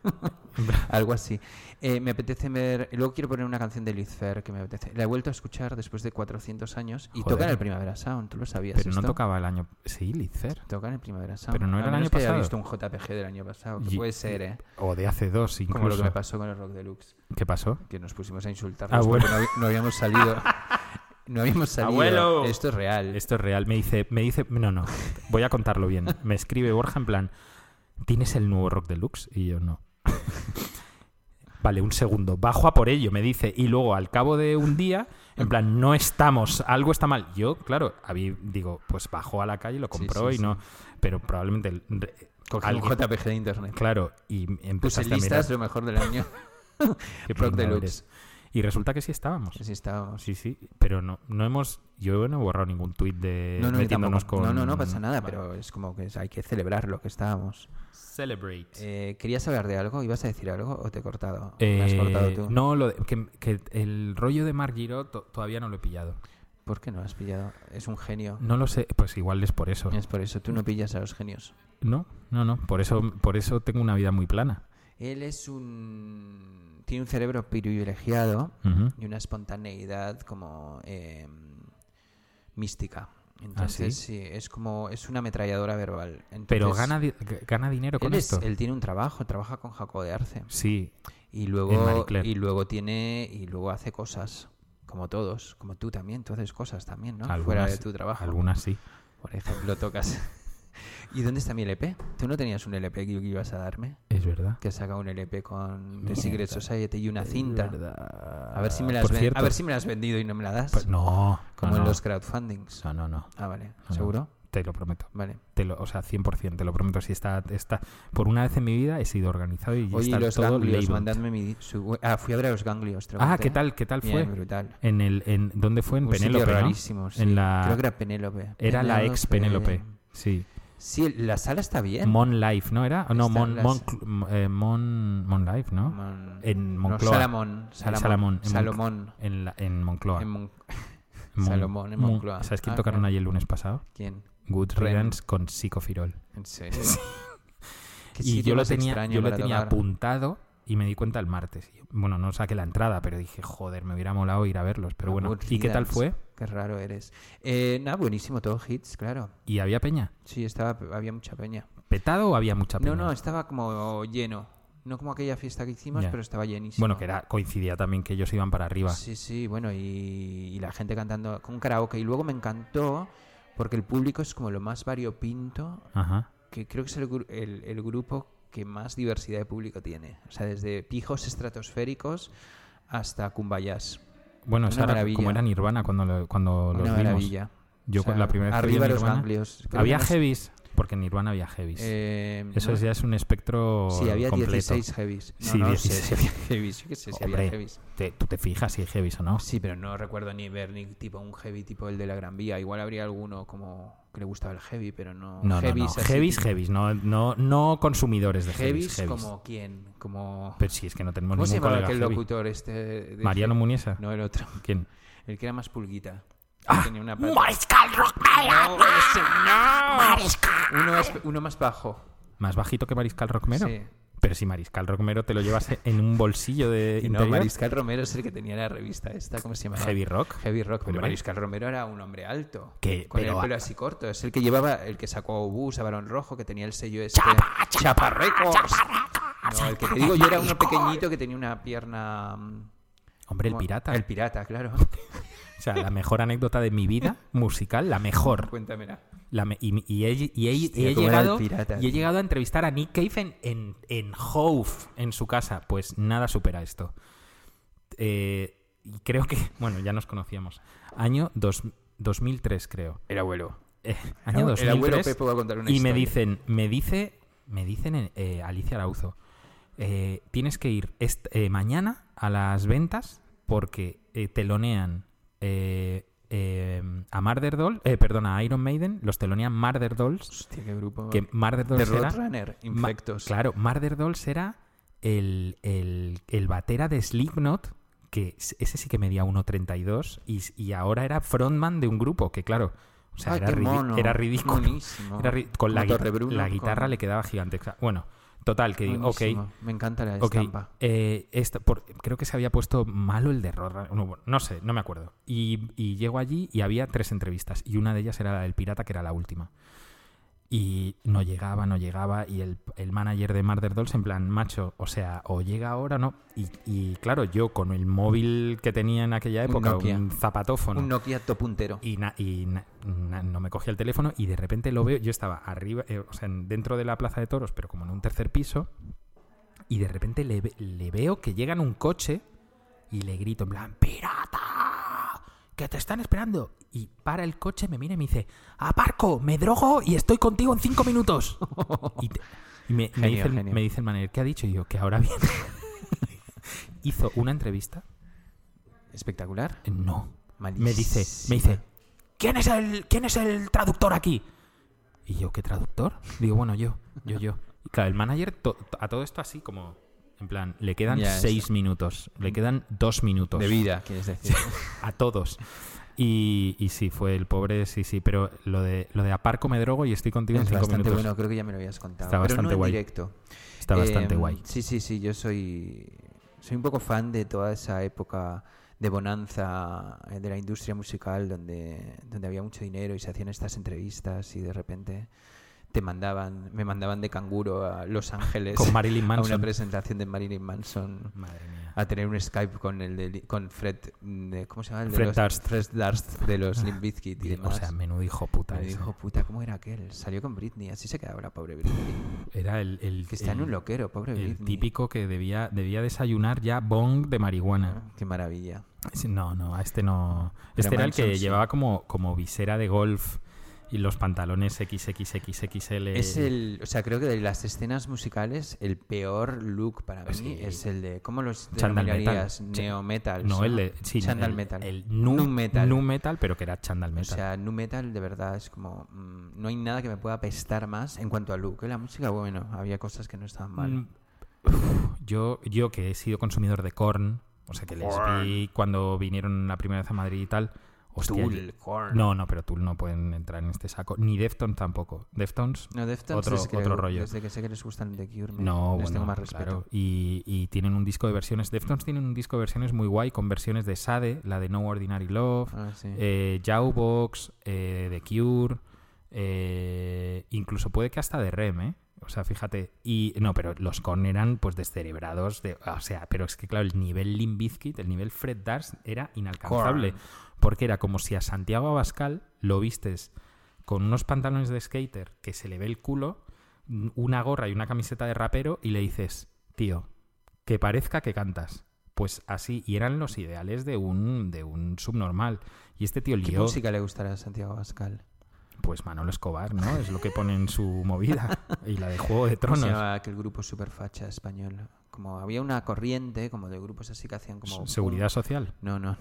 [SPEAKER 3] Algo así. Eh, me apetece ver. Luego quiero poner una canción de Liz Fair que me apetece. La he vuelto a escuchar después de 400 años y
[SPEAKER 4] Joder.
[SPEAKER 3] toca en el Primavera Sound. ¿Tú lo sabías?
[SPEAKER 4] Pero no
[SPEAKER 3] esto?
[SPEAKER 4] tocaba el año. Sí, Lizer.
[SPEAKER 3] Tocan en Primavera Sound.
[SPEAKER 4] Pero no
[SPEAKER 3] A
[SPEAKER 4] era el
[SPEAKER 3] menos
[SPEAKER 4] año
[SPEAKER 3] que haya
[SPEAKER 4] pasado.
[SPEAKER 3] visto un JPG del año pasado. Que
[SPEAKER 4] Y-
[SPEAKER 3] puede ser, ¿eh?
[SPEAKER 4] O de hace dos, incluso.
[SPEAKER 3] Como lo que me pasó con el Rock Deluxe.
[SPEAKER 4] ¿Qué pasó?
[SPEAKER 3] Que nos pusimos a insultarnos
[SPEAKER 4] Ah, bueno.
[SPEAKER 3] porque no, habi- no habíamos
[SPEAKER 4] (laughs)
[SPEAKER 3] salido. No habíamos salido.
[SPEAKER 4] Abuelo.
[SPEAKER 3] Esto es real.
[SPEAKER 4] Esto es real. Me dice, me dice, no, no, voy a contarlo bien. Me escribe Borja en plan, ¿tienes el nuevo Rock Deluxe? Y yo no. (laughs) Vale, un segundo. Bajo a por ello, me dice. Y luego, al cabo de un día, en plan, no estamos, algo está mal. Yo, claro, habí- digo, pues bajó a la calle, lo compró
[SPEAKER 3] sí,
[SPEAKER 4] y no. Pero probablemente. el- re-
[SPEAKER 3] Cogí un
[SPEAKER 4] alguien-
[SPEAKER 3] JPG de internet.
[SPEAKER 4] claro, y empezaste
[SPEAKER 3] Puse
[SPEAKER 4] a mirar.
[SPEAKER 3] listas lo mejor del
[SPEAKER 4] (laughs)
[SPEAKER 3] año.
[SPEAKER 4] qué
[SPEAKER 3] Rock
[SPEAKER 4] pringado
[SPEAKER 3] Deluxe.
[SPEAKER 4] eres. Y resulta que sí estábamos.
[SPEAKER 3] Así Pues estábamos.
[SPEAKER 4] Sí, sí, pero no, no hemos. Yo no he borrado ningún tuit de
[SPEAKER 3] No, no, yo
[SPEAKER 4] eh, metiéndonos
[SPEAKER 3] tampoco.
[SPEAKER 4] con.
[SPEAKER 3] no, no, no pasa nada, pero es como que hay que celebrar lo que estábamos.
[SPEAKER 4] Celebrate.
[SPEAKER 3] Eh, ¿Querías hablar de algo? ¿Ibas a decir algo o te he cortado? ¿Me has cortado
[SPEAKER 4] Eh,
[SPEAKER 3] tú?
[SPEAKER 4] no, lo de- que, que el rollo de Mark Giro to- todavía no lo he pillado.
[SPEAKER 3] ¿Por qué no has pillado? Es un genio.
[SPEAKER 4] No lo sé, pues igual es por eso.
[SPEAKER 3] Es por eso, tú no pillas a los genios.
[SPEAKER 4] No, no, no, por eso, por eso tengo una vida muy plana.
[SPEAKER 3] Él es un... Tiene un cerebro privilegiado
[SPEAKER 4] Ujú.
[SPEAKER 3] y una espontaneidad como eh, mística. Entonces, sí, es como... Es una ametralladora verbal.
[SPEAKER 4] Pero
[SPEAKER 3] Entonces,
[SPEAKER 4] gana, di- g- gana dinero con
[SPEAKER 3] él, es-
[SPEAKER 4] esto.
[SPEAKER 3] él tiene un trabajo, trabaja con Jacobo de Arce.
[SPEAKER 4] Sí,
[SPEAKER 3] Y
[SPEAKER 4] En
[SPEAKER 3] luego,
[SPEAKER 4] Marie Claire.
[SPEAKER 3] y luego tiene y luego hace cosas, como todos, como tú también, tú haces cosas también, ¿no? Fuera de
[SPEAKER 4] algunas-
[SPEAKER 3] tu trabajo.
[SPEAKER 4] Algunas sí.
[SPEAKER 3] Por ejemplo, tocas. (laughs) ¿Y dónde está mi LP? ¿Tú no tenías un LP que ibas a darme?
[SPEAKER 4] Es verdad.
[SPEAKER 3] Que saca un LP con The Secret Society y una cinta. A ver si me la has
[SPEAKER 4] Ah, Por
[SPEAKER 3] ven-
[SPEAKER 4] cierto.
[SPEAKER 3] a ver si me la has vendido y no me la das.
[SPEAKER 4] Pues no,
[SPEAKER 3] como
[SPEAKER 4] no,
[SPEAKER 3] en
[SPEAKER 4] no.
[SPEAKER 3] los crowdfundings.
[SPEAKER 4] No, no, no.
[SPEAKER 3] Ah, vale.
[SPEAKER 4] no.
[SPEAKER 3] ¿Seguro?
[SPEAKER 4] Te lo prometo.
[SPEAKER 3] Vale.
[SPEAKER 4] Te lo, o sea, 100%, te lo prometo. Si está, está, por una vez en mi vida he sido organizado y
[SPEAKER 3] Oye,
[SPEAKER 4] está
[SPEAKER 3] y los
[SPEAKER 4] todo
[SPEAKER 3] ganglios,
[SPEAKER 4] labeled.
[SPEAKER 3] mandadme mi. su- Ah, fui a ver a los ganglios. te lo
[SPEAKER 4] Ah,
[SPEAKER 3] conté.
[SPEAKER 4] ¿qué tal, qué tal
[SPEAKER 3] Bien,
[SPEAKER 4] fue?
[SPEAKER 3] brutal.
[SPEAKER 4] En el, en, ¿Dónde fue? En
[SPEAKER 3] Un sitio
[SPEAKER 4] Penélope, ¿no?
[SPEAKER 3] rarísimo, sí.
[SPEAKER 4] En la,
[SPEAKER 3] Creo que era Penélope.
[SPEAKER 4] era la ex Penélope. Sí.
[SPEAKER 3] Sí, la sala está bien.
[SPEAKER 4] Mon Life, ¿no era? No,
[SPEAKER 3] Está
[SPEAKER 4] Mon,
[SPEAKER 3] la
[SPEAKER 4] Mon,
[SPEAKER 3] sa-
[SPEAKER 4] Cl- Mon- eh, Mon, Mon Life, ¿no?
[SPEAKER 3] Mon-
[SPEAKER 4] En
[SPEAKER 3] no,
[SPEAKER 4] Moncloa.
[SPEAKER 3] Salamón. Salamón.
[SPEAKER 4] Salamón, en Mon-
[SPEAKER 3] Salomón.
[SPEAKER 4] En, la- en Moncloa.
[SPEAKER 3] En
[SPEAKER 4] (laughs)
[SPEAKER 3] Mon-
[SPEAKER 4] Mon-
[SPEAKER 3] Salomón, en
[SPEAKER 4] Mon-
[SPEAKER 3] Moncloa.
[SPEAKER 4] ¿Sabes quién
[SPEAKER 3] Ah,
[SPEAKER 4] tocaron
[SPEAKER 3] claro.
[SPEAKER 4] allí el lunes pasado?
[SPEAKER 3] ¿Quién?
[SPEAKER 4] Good
[SPEAKER 3] Ren.
[SPEAKER 4] Riddance con Psicofirol.
[SPEAKER 3] ¿En serio? (laughs) Qué
[SPEAKER 4] Y
[SPEAKER 3] sitio
[SPEAKER 4] yo lo
[SPEAKER 3] más
[SPEAKER 4] tenía,
[SPEAKER 3] extraño
[SPEAKER 4] yo lo
[SPEAKER 3] para
[SPEAKER 4] tenía
[SPEAKER 3] tocar.
[SPEAKER 4] apuntado y me di cuenta el martes. Y yo, Bueno, no saqué la entrada, pero dije, joder, me hubiera molado ir a verlos. Pero bueno,
[SPEAKER 3] Good
[SPEAKER 4] ¿y qué tal
[SPEAKER 3] riddance.
[SPEAKER 4] fue?
[SPEAKER 3] Qué raro eres. Eh, nada, buenísimo, todo hits, claro.
[SPEAKER 4] ¿Y había peña?
[SPEAKER 3] Sí, estaba, había mucha peña.
[SPEAKER 4] ¿Petado o había mucha peña?
[SPEAKER 3] No, no, estaba como lleno. No como aquella fiesta que hicimos,
[SPEAKER 4] Ya.
[SPEAKER 3] pero estaba llenísimo.
[SPEAKER 4] Bueno, que era, coincidía también que ellos iban para arriba.
[SPEAKER 3] Sí, sí, bueno, y, y la gente cantando con karaoke. Y luego me encantó porque el público es como lo más variopinto,
[SPEAKER 4] Ajá.
[SPEAKER 3] que creo que es el, gru- el- el grupo que más diversidad de público tiene. O sea, desde pijos estratosféricos hasta cumbayas.
[SPEAKER 4] Bueno,
[SPEAKER 3] Una
[SPEAKER 4] eso era
[SPEAKER 3] maravilla.
[SPEAKER 4] como era Nirvana cuando, lo- cuando los
[SPEAKER 3] Una
[SPEAKER 4] vimos.
[SPEAKER 3] maravilla.
[SPEAKER 4] Yo
[SPEAKER 3] O sea,
[SPEAKER 4] cu- la primera vez que vi
[SPEAKER 3] Arriba
[SPEAKER 4] a
[SPEAKER 3] los
[SPEAKER 4] Nirvana,
[SPEAKER 3] ganglios. Creo
[SPEAKER 4] Había
[SPEAKER 3] que no-
[SPEAKER 4] heavies, porque en Nirvana había heavies.
[SPEAKER 3] eh,
[SPEAKER 4] Eso
[SPEAKER 3] no-
[SPEAKER 4] ya es un espectro
[SPEAKER 3] Sí, había
[SPEAKER 4] completo.
[SPEAKER 3] 16 heavies. No,
[SPEAKER 4] Sí,
[SPEAKER 3] no
[SPEAKER 4] 16.
[SPEAKER 3] sé si había heavies. Yo qué sé si
[SPEAKER 4] Hombre,
[SPEAKER 3] había heavies.
[SPEAKER 4] te- tú te fijas si hay heavies o no.
[SPEAKER 3] Sí, pero no recuerdo ni ver ni tipo un heavy tipo el de la Gran Vía. Igual habría alguno como que le gustaba el heavy, pero no.
[SPEAKER 4] No, no, no.
[SPEAKER 3] Heavies así
[SPEAKER 4] Heavies,
[SPEAKER 3] tipo-
[SPEAKER 4] heavies, no, no, no consumidores de heavies.
[SPEAKER 3] Heavis
[SPEAKER 4] heavies.
[SPEAKER 3] como quién, como
[SPEAKER 4] Pero sí, es que no tenemos
[SPEAKER 3] ¿Cómo se
[SPEAKER 4] ningún
[SPEAKER 3] llamaba
[SPEAKER 4] colega
[SPEAKER 3] aquel
[SPEAKER 4] heavy.
[SPEAKER 3] locutor este? de-
[SPEAKER 4] Mariano Muniesa.
[SPEAKER 3] No, el otro.
[SPEAKER 4] ¿Quién?
[SPEAKER 3] El que era más pulguita. que
[SPEAKER 5] Ah,
[SPEAKER 3] tenía una pata.
[SPEAKER 5] Mariscal Rockmela.
[SPEAKER 3] No, ese no.
[SPEAKER 5] Mariscal.
[SPEAKER 3] Uno más, uno más bajo.
[SPEAKER 4] ¿Más bajito que Mariscal Rockmero?
[SPEAKER 3] Sí.
[SPEAKER 4] Pero si Mariscal Rockmero te
[SPEAKER 3] (laughs)
[SPEAKER 4] lo llevas en un bolsillo de
[SPEAKER 3] Y no,
[SPEAKER 4] interior.
[SPEAKER 3] Mariscal Romero es el que tenía la revista esta, ¿cómo se llama?
[SPEAKER 4] Heavy Rock.
[SPEAKER 3] Heavy Rock, pero
[SPEAKER 4] Hombre.
[SPEAKER 3] Mariscal Romero era un hombre alto.
[SPEAKER 4] Que-
[SPEAKER 3] con
[SPEAKER 4] pero
[SPEAKER 3] el
[SPEAKER 4] a-
[SPEAKER 3] pelo así corto. Es el que llevaba, el que sacó a Obús, a Barón Rojo, que tenía el sello este. ¡Chapa Records! No, el que te digo yo era uno pequeñito que tenía una pierna. mm,
[SPEAKER 4] Hombre, el
[SPEAKER 3] como-
[SPEAKER 4] pirata.
[SPEAKER 3] El pirata, claro.
[SPEAKER 4] O sea, la mejor anécdota de mi vida musical,
[SPEAKER 3] (laughs)
[SPEAKER 4] la
[SPEAKER 3] Pues
[SPEAKER 4] mejor.
[SPEAKER 3] Cuéntamela.
[SPEAKER 4] La me- y, y he, y
[SPEAKER 3] Hostia,
[SPEAKER 4] he- y he
[SPEAKER 3] cómo era el
[SPEAKER 4] llegado,
[SPEAKER 3] pirata,
[SPEAKER 4] y he
[SPEAKER 3] tío.
[SPEAKER 4] llegado a entrevistar a Nick Cave en, en, en Hove, en su casa. Pues nada supera esto. Eh, y creo que, (laughs) bueno, ya nos conocíamos. Año dos- 2003, creo.
[SPEAKER 3] El abuelo.
[SPEAKER 4] Eh, año
[SPEAKER 3] No, el abuelo
[SPEAKER 4] 2003,
[SPEAKER 3] Pepo va a contar una
[SPEAKER 4] y
[SPEAKER 3] historia.
[SPEAKER 4] me dicen me dice me dicen eh, Alicia Arauzo eh, tienes que ir est- eh, mañana a las ventas porque eh, telonean eh, eh, a Murder Doll eh, perdón a Iron Maiden los telonean Murder Dolls
[SPEAKER 3] Hostia, qué grupo.
[SPEAKER 4] que Murder
[SPEAKER 3] The
[SPEAKER 4] Dolls era
[SPEAKER 3] Roadrunner,
[SPEAKER 4] Ma-
[SPEAKER 3] Infectos.
[SPEAKER 4] claro, Murder Dolls era el, el, el batera de Slipknot, que s- ese sí que medía 1,32, y, s- y ahora era frontman de un grupo, que claro, O sea,
[SPEAKER 3] Ay,
[SPEAKER 4] era,
[SPEAKER 3] Ah, qué
[SPEAKER 4] ridi-
[SPEAKER 3] mono.
[SPEAKER 4] era ridículo.
[SPEAKER 3] Monísimo.
[SPEAKER 4] Era ri- con la,
[SPEAKER 3] Como
[SPEAKER 4] guita-
[SPEAKER 3] Torrebruno,
[SPEAKER 4] la
[SPEAKER 3] con-
[SPEAKER 4] guitarra le quedaba gigante. Bueno, total, que digo, ok,
[SPEAKER 3] Buenísimo. Me encanta la
[SPEAKER 4] Ok,
[SPEAKER 3] estampa.
[SPEAKER 4] eh, esta- por- creo que se había puesto malo el de Rorra. No, bueno, no sé, no me acuerdo. Y, y llego allí y había tres entrevistas. Y una de ellas era la del pirata, que era la última. Y no llegaba, no llegaba. Y el, el manager de Murder Dolls, en plan, macho, o sea, o llega ahora o no. Y, y claro, yo con el móvil que tenía en aquella
[SPEAKER 3] Un
[SPEAKER 4] época,
[SPEAKER 3] Nokia.
[SPEAKER 4] un, zapatófono.
[SPEAKER 3] Un Nokia topuntero.
[SPEAKER 4] Y, na- y na- na- no me cogía el teléfono y de repente lo veo. Yo estaba arriba, eh, o sea, en- dentro de la plaza de toros, pero como en un tercer piso. Y de repente le, ve- le veo que llega en un coche y le grito en plan, ¡Pirata! ¡Que te están esperando! Y para el coche, me mira y me dice, ¡Aparco! ¡Me drogo y estoy contigo en cinco minutos! y te- y me, me
[SPEAKER 3] Genio,
[SPEAKER 4] dice el,
[SPEAKER 3] genio.
[SPEAKER 4] me dice el manager, ¿qué ha dicho? Y yo, que ahora viene. (laughs) Hizo una entrevista.
[SPEAKER 3] Espectacular.
[SPEAKER 4] No.
[SPEAKER 3] Malísima.
[SPEAKER 4] Me dice, me dice, ¿quién es el, quién es el traductor aquí? Y yo, ¿qué traductor? Digo, bueno, yo, yo, yo. Y claro, el manager to- to- a todo esto así como, en plan, le quedan
[SPEAKER 3] Ya,
[SPEAKER 4] seis
[SPEAKER 3] está.
[SPEAKER 4] minutos, le quedan dos minutos
[SPEAKER 3] De vida, quieres
[SPEAKER 4] (laughs)
[SPEAKER 3] decir.
[SPEAKER 4] a todos. Y, y sí, fue el pobre, sí, sí, pero lo de, lo de aparco me drogo y estoy contigo
[SPEAKER 3] es
[SPEAKER 4] en cinco
[SPEAKER 3] bastante
[SPEAKER 4] minutos.
[SPEAKER 3] bueno, creo que ya me lo habías contado.
[SPEAKER 4] Está
[SPEAKER 3] pero no
[SPEAKER 4] bastante
[SPEAKER 3] en
[SPEAKER 4] guay.
[SPEAKER 3] directo.
[SPEAKER 4] Está bastante
[SPEAKER 3] Eh,
[SPEAKER 4] guay.
[SPEAKER 3] Sí, sí, sí, yo soy, soy un poco fan de toda esa época de bonanza eh, de la industria musical donde, donde había mucho dinero y se hacían estas entrevistas y de repente te mandaban, me mandaban de canguro a Los Ángeles
[SPEAKER 4] Con
[SPEAKER 3] (laughs)
[SPEAKER 4] Marilyn
[SPEAKER 3] a
[SPEAKER 4] Manson.
[SPEAKER 3] una presentación de Marilyn Manson
[SPEAKER 4] Madre mía.
[SPEAKER 3] a tener un Skype con el de, con Fred mm, de- ¿cómo se llama? El de
[SPEAKER 4] Fred
[SPEAKER 3] los-
[SPEAKER 4] Durst.
[SPEAKER 3] Fred Durst de
[SPEAKER 4] (laughs)
[SPEAKER 3] los Limp Bizkit y
[SPEAKER 4] O
[SPEAKER 3] demás.
[SPEAKER 4] sea, menudo hijo puta.
[SPEAKER 3] me
[SPEAKER 4] ese.
[SPEAKER 3] dijo, puta, ¿cómo era aquel? Salió con Britney, así se quedaba la pobre Britney.
[SPEAKER 4] Era el, el-
[SPEAKER 3] Que está en
[SPEAKER 4] el-
[SPEAKER 3] un loquero, pobre
[SPEAKER 4] El
[SPEAKER 3] Britney.
[SPEAKER 4] típico que debía, debía desayunar ya bong de marihuana.
[SPEAKER 3] Qué maravilla.
[SPEAKER 4] Sí, No, no, a este no.
[SPEAKER 3] Pero
[SPEAKER 4] Este era el
[SPEAKER 3] Manson
[SPEAKER 4] que
[SPEAKER 3] sí.
[SPEAKER 4] llevaba como, como visera de golf y los pantalones XXXXL.
[SPEAKER 3] Es el, o sea, creo que de las escenas musicales el peor look para mí
[SPEAKER 4] Sí.
[SPEAKER 3] es el de ¿cómo los
[SPEAKER 4] Chandal
[SPEAKER 3] denominarías?
[SPEAKER 4] metal.
[SPEAKER 3] Neo metal.
[SPEAKER 4] No, el de. sí,
[SPEAKER 3] chandal
[SPEAKER 4] el-
[SPEAKER 3] metal.
[SPEAKER 4] El nu,
[SPEAKER 3] nu, metal.
[SPEAKER 4] nu metal, pero que era chandal
[SPEAKER 3] o
[SPEAKER 4] metal.
[SPEAKER 3] sea, nu metal de verdad es como mm, no hay nada que me pueda apestar más en cuanto a look. ¿eh? La música, bueno, había cosas que no estaban mal.
[SPEAKER 4] Mm, Yo, yo que he sido consumidor de corn, o sea, que les vi cuando vinieron la primera vez a Madrid y tal. Hostia,
[SPEAKER 3] Tool, Korn.
[SPEAKER 4] No, no, pero Tool no pueden entrar en este saco. Ni Deftones tampoco. Deftones,
[SPEAKER 3] No, Deftones
[SPEAKER 4] otro,
[SPEAKER 3] es que-
[SPEAKER 4] otro rollo.
[SPEAKER 3] Desde que sé que les gustan de Cure, me-
[SPEAKER 4] No,
[SPEAKER 3] les
[SPEAKER 4] bueno,
[SPEAKER 3] tengo más respeto.
[SPEAKER 4] claro. Y, y tienen un disco de versiones. Deftones tienen un disco de versiones muy guay con versiones de Sade, la de No Ordinary Love,
[SPEAKER 3] Ah, sí.
[SPEAKER 4] eh, Jawbox, eh, The Cure, eh, incluso puede que hasta de Rem, ¿eh? O sea, fíjate. Y no, pero los Korn eran pues descerebrados. De, o sea, pero es que claro, el nivel Limp Bizkit, el nivel Fred Durst era inalcanzable.
[SPEAKER 3] Korn.
[SPEAKER 4] Porque era como si a Santiago Abascal lo vistes con unos pantalones de skater que se le ve el culo, n- una gorra y una camiseta de rapero y le dices, tío, que parezca que cantas. Pues así, y eran los ideales de un, de un subnormal. Y este tío
[SPEAKER 3] ¿Qué
[SPEAKER 4] lió,
[SPEAKER 3] música le gustará a Santiago Pascal?
[SPEAKER 4] pues Manolo Escobar, ¿no? Es lo que pone en su movida. Y la de Juego de
[SPEAKER 3] (laughs)
[SPEAKER 4] Tronos.
[SPEAKER 3] Se llamaba aquel grupo superfacha español. Como había una corriente, como de grupos así que hacían como...
[SPEAKER 4] Seguridad Social.
[SPEAKER 3] No, no, (laughs) no.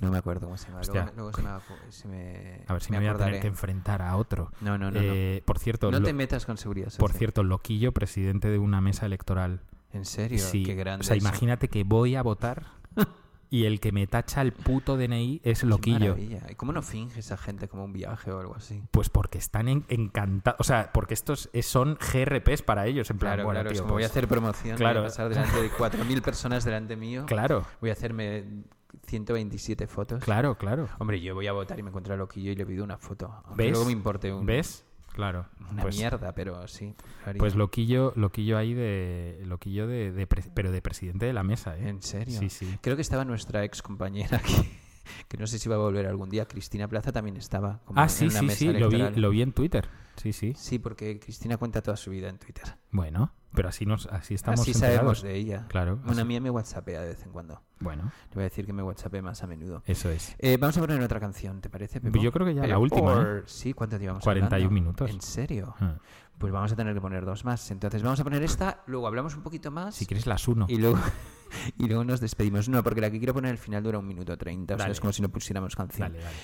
[SPEAKER 3] No me acuerdo cómo se llama. Luego,
[SPEAKER 4] Hostia.
[SPEAKER 3] me- luego se, me, acu- se me-
[SPEAKER 4] A ver si me, voy a
[SPEAKER 3] acordaré.
[SPEAKER 4] tener que enfrentar a otro.
[SPEAKER 3] No, no, no.
[SPEAKER 4] Eh, Por cierto,
[SPEAKER 3] no. No
[SPEAKER 4] lo-
[SPEAKER 3] te metas con seguridad social.
[SPEAKER 4] por cierto, Loquillo, presidente de una mesa electoral.
[SPEAKER 3] En serio,
[SPEAKER 4] Sí,
[SPEAKER 3] qué grande.
[SPEAKER 4] O sea,
[SPEAKER 3] eso.
[SPEAKER 4] imagínate que voy a votar
[SPEAKER 3] (laughs)
[SPEAKER 4] y el que me tacha el puto DNI es
[SPEAKER 3] Qué
[SPEAKER 4] Loquillo.
[SPEAKER 3] maravilla. ¿Y cómo no finge esa gente como un viaje o algo así?
[SPEAKER 4] Pues porque están encantados. O sea, porque estos es- son GRPs para ellos. En plan,
[SPEAKER 3] Claro,
[SPEAKER 4] bueno,
[SPEAKER 3] claro. es
[SPEAKER 4] tío,
[SPEAKER 3] como voy a
[SPEAKER 4] pues-
[SPEAKER 3] hacer promoción,
[SPEAKER 4] claro.
[SPEAKER 3] voy a pasar delante de 4.000 personas delante mío.
[SPEAKER 4] Claro,
[SPEAKER 3] Voy a hacerme 127 fotos.
[SPEAKER 4] claro, claro.
[SPEAKER 3] Hombre, yo voy a votar y me encuentro a Loquillo y le pido una foto. Aunque
[SPEAKER 4] ¿Ves?
[SPEAKER 3] Luego me importe un...
[SPEAKER 4] ¿Ves? Claro.
[SPEAKER 3] Una
[SPEAKER 4] pues,
[SPEAKER 3] mierda, pero sí. lo haría.
[SPEAKER 4] Pues loquillo, loquillo ahí de. Loquillo de. de pre- pero de presidente de la mesa, ¿eh?
[SPEAKER 3] En serio.
[SPEAKER 4] Sí, sí.
[SPEAKER 3] Creo que estaba nuestra ex compañera aquí, (laughs) que no sé si va a volver algún día. Cristina Plaza también estaba. como
[SPEAKER 4] Ah,
[SPEAKER 3] en
[SPEAKER 4] sí,
[SPEAKER 3] una
[SPEAKER 4] sí,
[SPEAKER 3] mesa
[SPEAKER 4] sí. Lo vi,
[SPEAKER 3] electoral.
[SPEAKER 4] lo vi en Twitter. Sí, sí.
[SPEAKER 3] Sí, porque Cristina cuenta toda su vida en Twitter.
[SPEAKER 4] Bueno, pero así nos, así estamos
[SPEAKER 3] así
[SPEAKER 4] enterados.
[SPEAKER 3] sabemos de ella.
[SPEAKER 4] Claro,
[SPEAKER 3] Bueno,
[SPEAKER 4] así-
[SPEAKER 3] a mí me whatsappea de vez en cuando.
[SPEAKER 4] Bueno,
[SPEAKER 3] Le voy a decir que me whatsappee más a menudo.
[SPEAKER 4] eso es.
[SPEAKER 3] Eh, vamos a poner otra canción, ¿te parece? Pepo?
[SPEAKER 4] Yo creo que ya la
[SPEAKER 3] Pero
[SPEAKER 4] última, ¿eh?
[SPEAKER 3] por- Sí, ¿cuánto llevamos
[SPEAKER 4] 41
[SPEAKER 3] hablando?
[SPEAKER 4] minutos.
[SPEAKER 3] ¿En serio?
[SPEAKER 4] Ah,
[SPEAKER 3] Pues vamos a tener que poner dos más. Entonces vamos a poner esta, luego hablamos un poquito más.
[SPEAKER 4] Si quieres las uno.
[SPEAKER 3] Y luego, (laughs) y luego nos despedimos. No, porque la que quiero poner al final dura un minuto treinta. O sea,
[SPEAKER 4] Dale.
[SPEAKER 3] es como si no pusiéramos canción.
[SPEAKER 4] Dale, dale.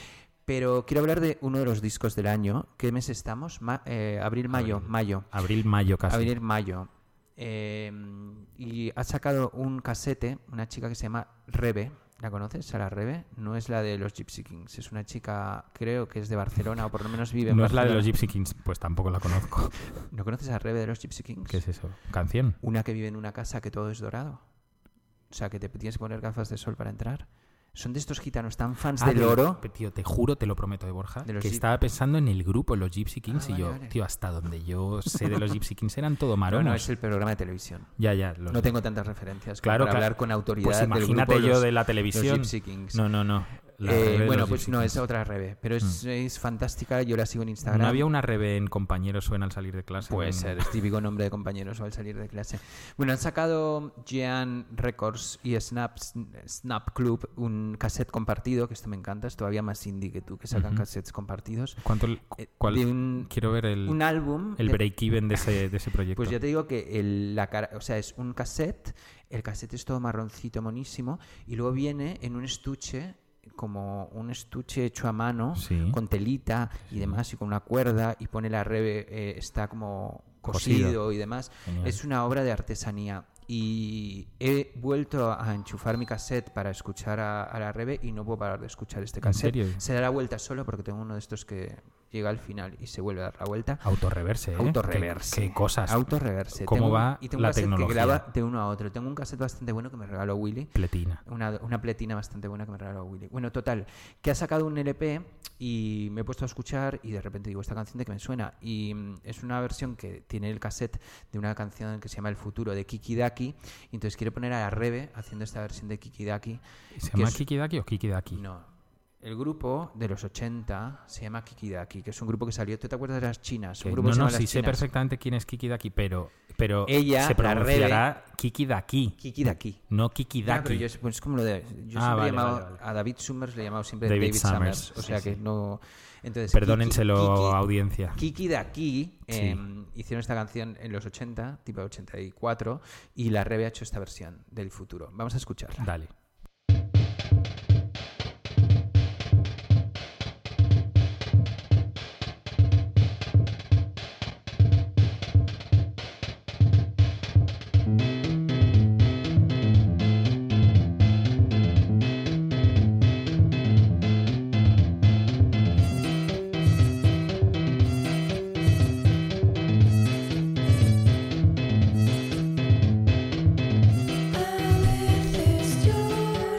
[SPEAKER 3] Pero quiero hablar de uno de los discos del año. ¿Qué mes estamos? Ma- eh, abril, mayo, mayo.
[SPEAKER 4] Abril, mayo casi.
[SPEAKER 3] Abril, mayo. Eh, y ha sacado un casete, una chica que se llama Rebe, ¿La conoces? A la Rebe. No es la de los Gypsy Kings. Es una chica, creo que es de Barcelona o por lo menos vive en
[SPEAKER 4] No es la de los
[SPEAKER 3] Barcelona.
[SPEAKER 4] Gypsy Kings, pues tampoco la conozco.
[SPEAKER 3] ¿No conoces a Rebe de los Gypsy Kings?
[SPEAKER 4] ¿Qué es eso? ¿Canción?
[SPEAKER 3] Una que vive en una casa que todo es dorado. O sea, que te tienes que poner gafas de sol para entrar. Son de estos gitanos tan fans
[SPEAKER 4] Ah,
[SPEAKER 3] del oro.
[SPEAKER 4] Tío, te juro, te lo prometo de Borja,
[SPEAKER 3] De los
[SPEAKER 4] que
[SPEAKER 3] Gyp-
[SPEAKER 4] estaba pensando en el grupo, en los Gypsy Kings,
[SPEAKER 3] Ah,
[SPEAKER 4] y
[SPEAKER 3] vale,
[SPEAKER 4] yo,
[SPEAKER 3] vale.
[SPEAKER 4] tío, hasta donde yo
[SPEAKER 3] (laughs)
[SPEAKER 4] sé de los Gypsy Kings eran todo
[SPEAKER 3] No,
[SPEAKER 4] maronos.
[SPEAKER 3] no, es el programa de televisión.
[SPEAKER 4] Ya, ya. lo
[SPEAKER 3] No
[SPEAKER 4] sé.
[SPEAKER 3] tengo tantas referencias claro,
[SPEAKER 4] Claro,
[SPEAKER 3] para
[SPEAKER 4] claro.
[SPEAKER 3] hablar con autoridad.
[SPEAKER 4] Pues
[SPEAKER 3] del
[SPEAKER 4] imagínate
[SPEAKER 3] grupo
[SPEAKER 4] yo
[SPEAKER 3] los-
[SPEAKER 4] de la
[SPEAKER 3] los
[SPEAKER 4] televisión.
[SPEAKER 3] Gypsy Kings.
[SPEAKER 4] No, no, no. La
[SPEAKER 3] Eh,
[SPEAKER 4] Rebe de
[SPEAKER 3] bueno,
[SPEAKER 4] los
[SPEAKER 3] pues
[SPEAKER 4] Gypsy
[SPEAKER 3] no,
[SPEAKER 4] Kings.
[SPEAKER 3] es otra Rebe, pero es, es fantástica, yo la sigo en Instagram.
[SPEAKER 4] ¿No había pues, una rebe en compañeros suena al salir de clase?
[SPEAKER 3] Puede
[SPEAKER 4] En-
[SPEAKER 3] ser, es típico nombre de compañeros o al salir de clase. Bueno, han sacado Gian Records y Snap, Snap Club un cassette compartido, que esto me encanta, es todavía más indie que tú, que sacan cassettes compartidos.
[SPEAKER 4] ¿Cuánto, el-
[SPEAKER 3] Eh,
[SPEAKER 4] cuál-
[SPEAKER 3] de un-
[SPEAKER 4] quiero ver el,
[SPEAKER 3] un álbum
[SPEAKER 4] el
[SPEAKER 3] de-
[SPEAKER 4] break-even de ese, de ese proyecto.
[SPEAKER 3] (laughs) Pues ya te digo que el- la cara, o sea, es un cassette, el cassette es todo marroncito, monísimo, y luego viene en un estuche, como un estuche hecho a mano,
[SPEAKER 4] Sí.
[SPEAKER 3] con telita y demás, y con una cuerda, y pone la rebe, eh, está como
[SPEAKER 4] Cosido.
[SPEAKER 3] cosido, y demás.
[SPEAKER 4] Genial.
[SPEAKER 3] Es una obra de artesanía. Y he vuelto a enchufar mi cassette para escuchar a, a la rebe y no puedo parar de escuchar este cassette.
[SPEAKER 4] serio?
[SPEAKER 3] Se da la vuelta solo porque tengo uno de estos que llega al final y se vuelve a dar la vuelta.
[SPEAKER 4] Autorreverse, ¿eh?
[SPEAKER 3] Autorreverse.
[SPEAKER 4] Qué, qué cosas.
[SPEAKER 3] Autorreverse.
[SPEAKER 4] ¿Cómo
[SPEAKER 3] Tengo un-
[SPEAKER 4] va
[SPEAKER 3] y tengo un
[SPEAKER 4] la
[SPEAKER 3] cassette
[SPEAKER 4] tecnología?
[SPEAKER 3] que graba de uno a otro. Tengo un cassette bastante bueno que me regaló Willy.
[SPEAKER 4] Pletina.
[SPEAKER 3] Una, una pletina bastante buena que me regaló Willy. Bueno, total, que ha sacado un LP y me he puesto a escuchar y de repente digo, esta canción de que me suena. Y mm, es una versión que tiene el cassette de una canción que se llama El Futuro, de Kiki Daki. Y entonces quiero poner a la Rebe haciendo esta versión de Kiki Daki.
[SPEAKER 4] ¿Se
[SPEAKER 3] que
[SPEAKER 4] llama
[SPEAKER 3] es-
[SPEAKER 4] Kiki Daki o Kiki Daki?
[SPEAKER 3] no. El grupo de los 80 se llama Kikidaki, que es un grupo que salió. ¿Tú te acuerdas de las chinas?
[SPEAKER 4] Que-
[SPEAKER 3] Un grupo
[SPEAKER 4] Eh, no,
[SPEAKER 3] que se
[SPEAKER 4] no,
[SPEAKER 3] llama
[SPEAKER 4] sí
[SPEAKER 3] Las
[SPEAKER 4] sé
[SPEAKER 3] Chinas.
[SPEAKER 4] perfectamente quién es Kiki Daki, pero, pero
[SPEAKER 3] Ella,
[SPEAKER 4] se
[SPEAKER 3] la rebe-
[SPEAKER 4] pronunciará Kiki Daki,
[SPEAKER 3] Kikidaki.
[SPEAKER 4] no Kiki
[SPEAKER 3] Ah, pero
[SPEAKER 4] Daki.
[SPEAKER 3] yo, pues es como lo de. Yo siempre he
[SPEAKER 4] Ah, vale,
[SPEAKER 3] llamado
[SPEAKER 4] vale, vale.
[SPEAKER 3] a David Summers le he llamado siempre
[SPEAKER 4] David
[SPEAKER 3] David,
[SPEAKER 4] Summers,
[SPEAKER 3] Summers. O sea
[SPEAKER 4] sí,
[SPEAKER 3] que
[SPEAKER 4] sí.
[SPEAKER 3] no. Entonces,
[SPEAKER 4] Perdónenselo,
[SPEAKER 3] Kiki-
[SPEAKER 4] audiencia.
[SPEAKER 3] Kiki de aquí
[SPEAKER 4] Sí.
[SPEAKER 3] em, hicieron esta canción en los 80, tipo 84, y la Rebe ha hecho esta versión del futuro. Vamos a escucharla.
[SPEAKER 4] Dale.
[SPEAKER 1] I live this joy.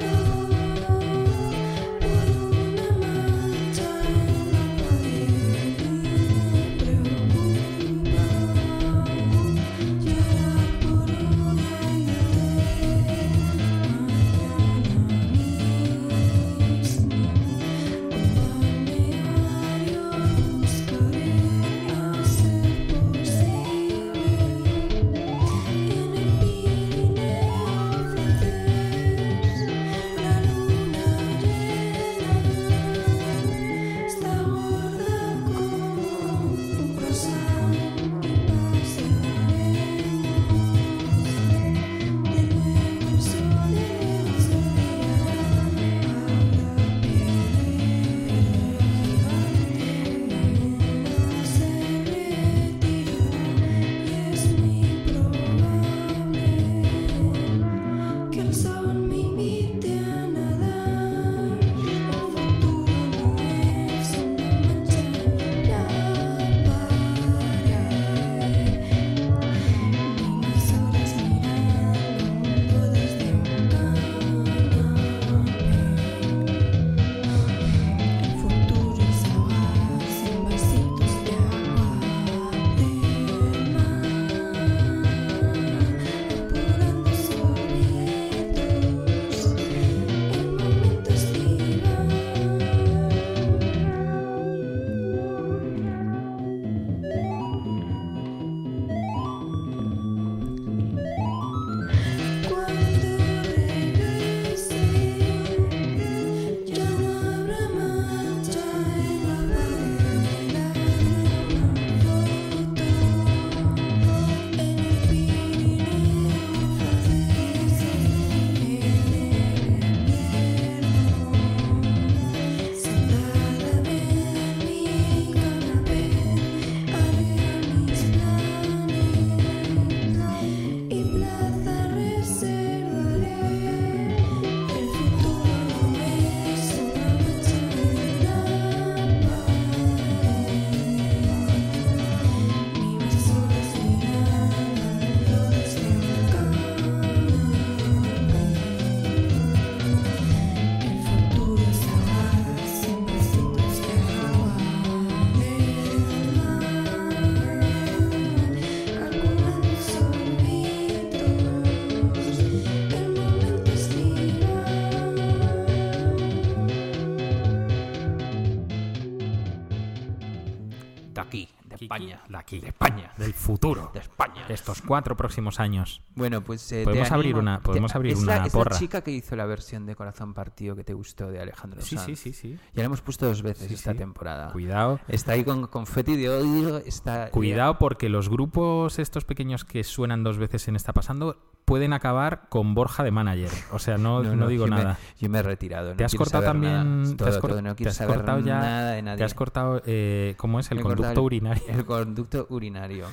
[SPEAKER 3] España.
[SPEAKER 4] La aquí,
[SPEAKER 3] De España.
[SPEAKER 4] Del futuro.
[SPEAKER 3] De España.
[SPEAKER 4] De estos cuatro próximos años.
[SPEAKER 3] Bueno, pues eh, te
[SPEAKER 4] Podemos abrir
[SPEAKER 3] animo-
[SPEAKER 4] una-
[SPEAKER 3] te-
[SPEAKER 4] podemos abrir
[SPEAKER 3] es la-
[SPEAKER 4] una
[SPEAKER 3] es
[SPEAKER 4] porra.
[SPEAKER 3] la chica que hizo la versión de Corazón Partido que te gustó de Alejandro
[SPEAKER 4] Sí,
[SPEAKER 3] Sanz.
[SPEAKER 4] sí, sí, sí.
[SPEAKER 3] Ya la hemos puesto dos veces
[SPEAKER 4] Sí,
[SPEAKER 3] esta
[SPEAKER 4] sí.
[SPEAKER 3] temporada.
[SPEAKER 4] Cuidado.
[SPEAKER 3] Está ahí con confeti de odio, está...
[SPEAKER 4] Cuidado porque los grupos estos pequeños que suenan dos veces en Está Pasando pueden acabar con Borja de manager. O
[SPEAKER 3] (laughs)
[SPEAKER 4] sea, no, no digo
[SPEAKER 3] yo me-
[SPEAKER 4] nada.
[SPEAKER 3] yo me he retirado.
[SPEAKER 4] Te
[SPEAKER 3] no
[SPEAKER 4] has
[SPEAKER 3] quiero
[SPEAKER 4] cortado
[SPEAKER 3] saber nada.
[SPEAKER 4] también.
[SPEAKER 3] Todo,
[SPEAKER 4] te has, cor-
[SPEAKER 3] todo, no
[SPEAKER 4] te
[SPEAKER 3] quiero
[SPEAKER 4] has
[SPEAKER 3] saber
[SPEAKER 4] cortado ya.
[SPEAKER 3] nada de nadie.
[SPEAKER 4] Te has cortado. eh, ¿Cómo es? El
[SPEAKER 3] Me he cortado
[SPEAKER 4] conducto urinario.
[SPEAKER 3] (laughs) El conducto urinario.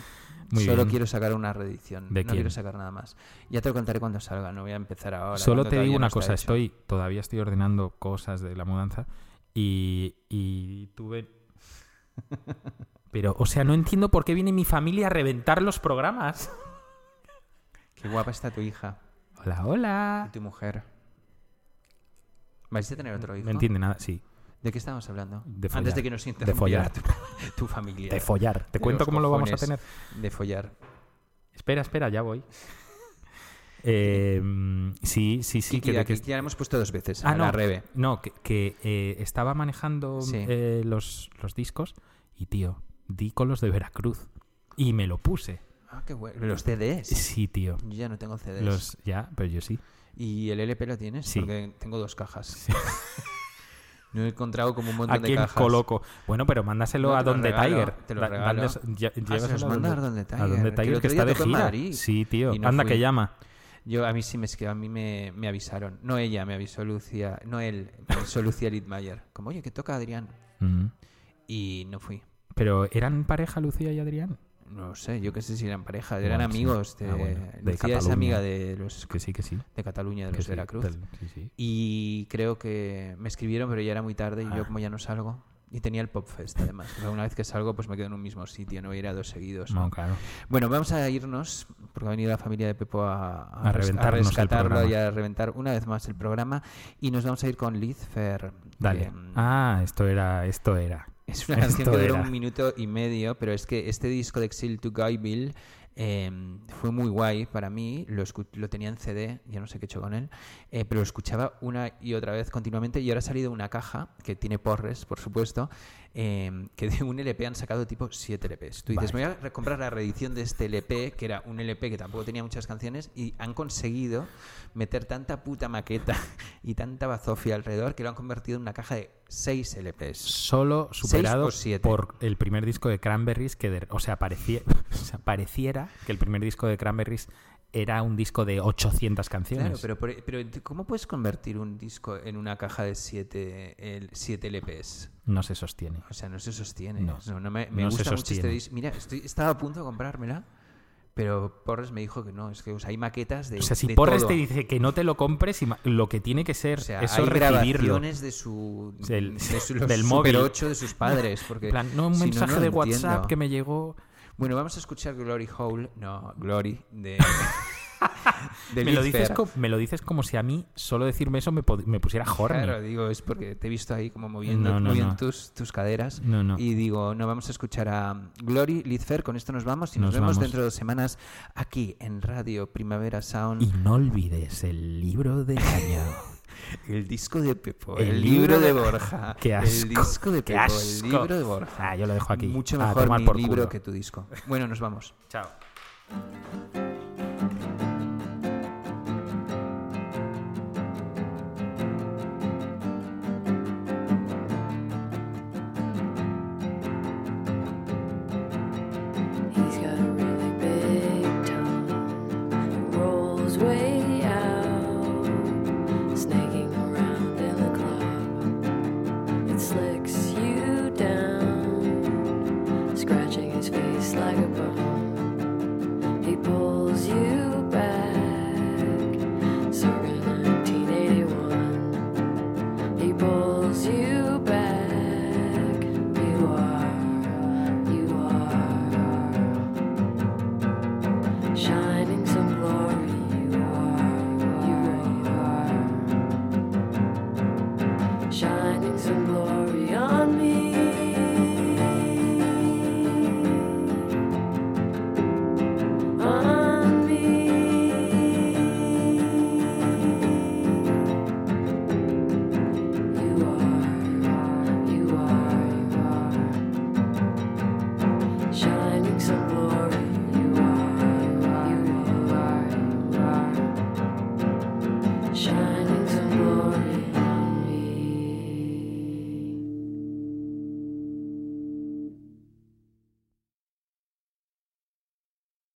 [SPEAKER 4] Muy
[SPEAKER 3] Solo
[SPEAKER 4] bien.
[SPEAKER 3] quiero sacar una reedición.
[SPEAKER 4] ¿De
[SPEAKER 3] no
[SPEAKER 4] quién?
[SPEAKER 3] quiero sacar nada más. Ya te lo contaré cuando salga, no voy a empezar ahora.
[SPEAKER 4] Solo
[SPEAKER 3] cuando
[SPEAKER 4] te digo
[SPEAKER 3] todavía no
[SPEAKER 4] una
[SPEAKER 3] está
[SPEAKER 4] cosa,
[SPEAKER 3] hecho.
[SPEAKER 4] estoy todavía estoy ordenando cosas de la mudanza y, y (laughs) tuve... Pero, o sea, no entiendo por qué viene mi familia a reventar los programas.
[SPEAKER 3] Qué guapa está tu hija
[SPEAKER 4] Hola, hola.
[SPEAKER 3] y tu mujer. ¿Vais a tener otro hijo?
[SPEAKER 4] No entiende nada, sí.
[SPEAKER 3] ¿De qué estamos hablando?
[SPEAKER 4] De follar.
[SPEAKER 3] Antes de que nos
[SPEAKER 4] De
[SPEAKER 3] interrumpiera
[SPEAKER 4] follar.
[SPEAKER 3] tu, tu (laughs) familia.
[SPEAKER 4] De follar. Te
[SPEAKER 3] De
[SPEAKER 4] cuento
[SPEAKER 3] los
[SPEAKER 4] cómo lo vamos a tener.
[SPEAKER 3] cojones. De follar.
[SPEAKER 4] Espera, espera, ya (laughs) voy. Eh, mm, sí, sí, sí.
[SPEAKER 3] Sí,
[SPEAKER 4] que-
[SPEAKER 3] que,
[SPEAKER 4] que-
[SPEAKER 3] ya la hemos puesto dos veces.
[SPEAKER 4] Ah,
[SPEAKER 3] a la
[SPEAKER 4] no,
[SPEAKER 3] Rebe.
[SPEAKER 4] No, que, que, eh, estaba manejando
[SPEAKER 3] Sí.
[SPEAKER 4] eh, los, los discos y, tío, di con los de Veracruz. Y me lo puse.
[SPEAKER 3] Ah, qué bueno. Los CDs.
[SPEAKER 4] Sí, tío.
[SPEAKER 3] Yo ya no tengo CDs.
[SPEAKER 4] Los, ya, pero yo sí.
[SPEAKER 3] ¿Y el LP lo tienes?
[SPEAKER 4] Sí.
[SPEAKER 3] Porque tengo dos cajas. (laughs) No he encontrado como un montón
[SPEAKER 4] ¿A
[SPEAKER 3] de
[SPEAKER 4] quién
[SPEAKER 3] cajas.
[SPEAKER 4] coloco? Bueno, pero mándaselo
[SPEAKER 3] No, te
[SPEAKER 4] a
[SPEAKER 3] lo
[SPEAKER 4] Donde
[SPEAKER 3] regalo,
[SPEAKER 4] Tiger.
[SPEAKER 3] te lo
[SPEAKER 4] Da-
[SPEAKER 3] regalo.
[SPEAKER 4] mandas- lle-
[SPEAKER 3] Ah, se
[SPEAKER 4] llévaselo
[SPEAKER 3] los
[SPEAKER 4] a
[SPEAKER 3] manda a Don The
[SPEAKER 4] A Don The
[SPEAKER 3] Tiger, que el
[SPEAKER 4] Tiger, que,
[SPEAKER 3] otro día
[SPEAKER 4] está de
[SPEAKER 3] tocó en
[SPEAKER 4] gira.
[SPEAKER 3] Madrid
[SPEAKER 4] Sí, tío.
[SPEAKER 3] y no
[SPEAKER 4] Anda,
[SPEAKER 3] fui.
[SPEAKER 4] que llama.
[SPEAKER 3] Yo a mí sí me escribió, a mí me, me avisaron. No ella, me avisó Lucía, no él, me
[SPEAKER 4] (laughs)
[SPEAKER 3] avisó Lucía Lidmayer. Como, oye, que toca Adrián.
[SPEAKER 4] Mm.
[SPEAKER 3] Y no fui.
[SPEAKER 4] Pero, ¿eran pareja Lucía y Adrián?
[SPEAKER 3] No sé, yo qué sé si eran pareja, eran
[SPEAKER 4] Bueno, sí.
[SPEAKER 3] amigos. De,
[SPEAKER 4] Ah, bueno, de
[SPEAKER 3] Lucía es
[SPEAKER 4] Cataluña.
[SPEAKER 3] amiga de los
[SPEAKER 4] Que sí, que sí.
[SPEAKER 3] de Cataluña, de
[SPEAKER 4] que
[SPEAKER 3] los
[SPEAKER 4] sí,
[SPEAKER 3] Veracruz.
[SPEAKER 4] tal- sí, sí.
[SPEAKER 3] Y creo que me escribieron, pero ya era muy tarde y yo
[SPEAKER 4] Ah.
[SPEAKER 3] como ya no salgo. Y tenía el Pop Fest además. O sea, una vez que salgo, pues me quedo en un mismo sitio, no voy a ir a dos seguidos.
[SPEAKER 4] No, claro.
[SPEAKER 3] Bueno, vamos a irnos, porque ha venido la familia de Pepo a,
[SPEAKER 4] A reventarnos el
[SPEAKER 3] rescatarlo
[SPEAKER 4] programa.
[SPEAKER 3] y a reventar una vez más el programa. Y nos vamos a ir con Liz Fer.
[SPEAKER 4] Dale.
[SPEAKER 3] que, mm,
[SPEAKER 4] Ah, esto era, esto era. (laughs)
[SPEAKER 3] es una canción
[SPEAKER 4] esto
[SPEAKER 3] que dura
[SPEAKER 4] era.
[SPEAKER 3] un minuto y medio, pero es que este disco de Exil to Guyville eh, fue muy guay para mí. Lo, escu- lo tenía en CD, ya no sé qué he hecho con él, eh, pero lo escuchaba una y otra vez continuamente. Y ahora ha salido una caja que tiene porres, por supuesto, eh, que de un LP han sacado tipo 7 LPs. Tú dices, me voy a re- comprar la reedición de este LP, que era un LP que tampoco tenía muchas canciones, y han conseguido meter tanta puta maqueta (laughs) y tanta bazofia alrededor que lo han convertido en una caja de 6 LPs.
[SPEAKER 4] Solo superado
[SPEAKER 3] o siete.
[SPEAKER 4] por el primer disco de Cranberries, que de- o, sea, parecía, (laughs) o sea, pareciera que el primer disco de Cranberries era un disco de 800 canciones.
[SPEAKER 3] Claro, pero, por- e, pero ent- ¿cómo puedes convertir un disco en una caja de 7 siete, el- siete LPs?
[SPEAKER 4] No se sostiene.
[SPEAKER 3] O sea, no se sostiene.
[SPEAKER 4] No,
[SPEAKER 3] No, no me me
[SPEAKER 4] no se
[SPEAKER 3] gusta mucho este
[SPEAKER 4] sostiene.
[SPEAKER 3] disco. Mira, estoy, estaba a punto de comprármela, pero Porres me dijo que no. Es que o sea, hay maquetas de.
[SPEAKER 4] O sea, si
[SPEAKER 3] de
[SPEAKER 4] Porres
[SPEAKER 3] todo.
[SPEAKER 4] te dice que no te lo compres, ima- lo que tiene que ser
[SPEAKER 3] O sea,
[SPEAKER 4] eso
[SPEAKER 3] hay
[SPEAKER 4] recibirlo.
[SPEAKER 3] grabaciones de su,
[SPEAKER 4] O sea, el-
[SPEAKER 3] de su- los
[SPEAKER 4] del
[SPEAKER 3] Super
[SPEAKER 4] móvil.
[SPEAKER 3] 8 de sus padres. Porque
[SPEAKER 4] En plan, no, un
[SPEAKER 3] si
[SPEAKER 4] mensaje
[SPEAKER 3] no
[SPEAKER 4] de
[SPEAKER 3] lo
[SPEAKER 4] WhatsApp
[SPEAKER 3] entiendo.
[SPEAKER 4] que me llegó.
[SPEAKER 3] Bueno, vamos a escuchar Glory Hole. No, Glory
[SPEAKER 4] (laughs)
[SPEAKER 3] de. de
[SPEAKER 4] Me lo,
[SPEAKER 3] Liz
[SPEAKER 4] dices
[SPEAKER 3] Fair.
[SPEAKER 4] co- me lo dices como si a mí solo decirme eso me, pod- me pusiera horny.
[SPEAKER 3] Claro, digo, es porque te he visto ahí como moviendo,
[SPEAKER 4] No, no,
[SPEAKER 3] moviendo
[SPEAKER 4] no.
[SPEAKER 3] Tus, tus caderas.
[SPEAKER 4] No, no.
[SPEAKER 3] Y digo, no, vamos a escuchar a Glory Lizfer. Con esto nos vamos y nos,
[SPEAKER 4] Nos
[SPEAKER 3] vemos
[SPEAKER 4] vamos.
[SPEAKER 3] dentro de dos semanas aquí en Radio Primavera Sound.
[SPEAKER 4] Y no olvides el libro del año.
[SPEAKER 3] (laughs) el disco de Pepo, el,
[SPEAKER 4] El
[SPEAKER 3] libro
[SPEAKER 4] libro
[SPEAKER 3] de
[SPEAKER 4] de-
[SPEAKER 3] Borja.
[SPEAKER 4] (laughs) Qué asco.
[SPEAKER 3] El disco de
[SPEAKER 4] qué
[SPEAKER 3] Pepo, el
[SPEAKER 4] asco.
[SPEAKER 3] libro de Borja.
[SPEAKER 4] Ah, yo lo dejo aquí.
[SPEAKER 3] Mucho
[SPEAKER 4] A
[SPEAKER 3] mejor
[SPEAKER 4] tomar
[SPEAKER 3] mi
[SPEAKER 4] por
[SPEAKER 3] libro
[SPEAKER 4] culo.
[SPEAKER 3] que tu disco. Bueno, nos vamos.
[SPEAKER 4] Chao.
[SPEAKER 6] He's got a really big tongue. It rolls way out, snaking around in the club. It slicks you down, scratching his face like a bone.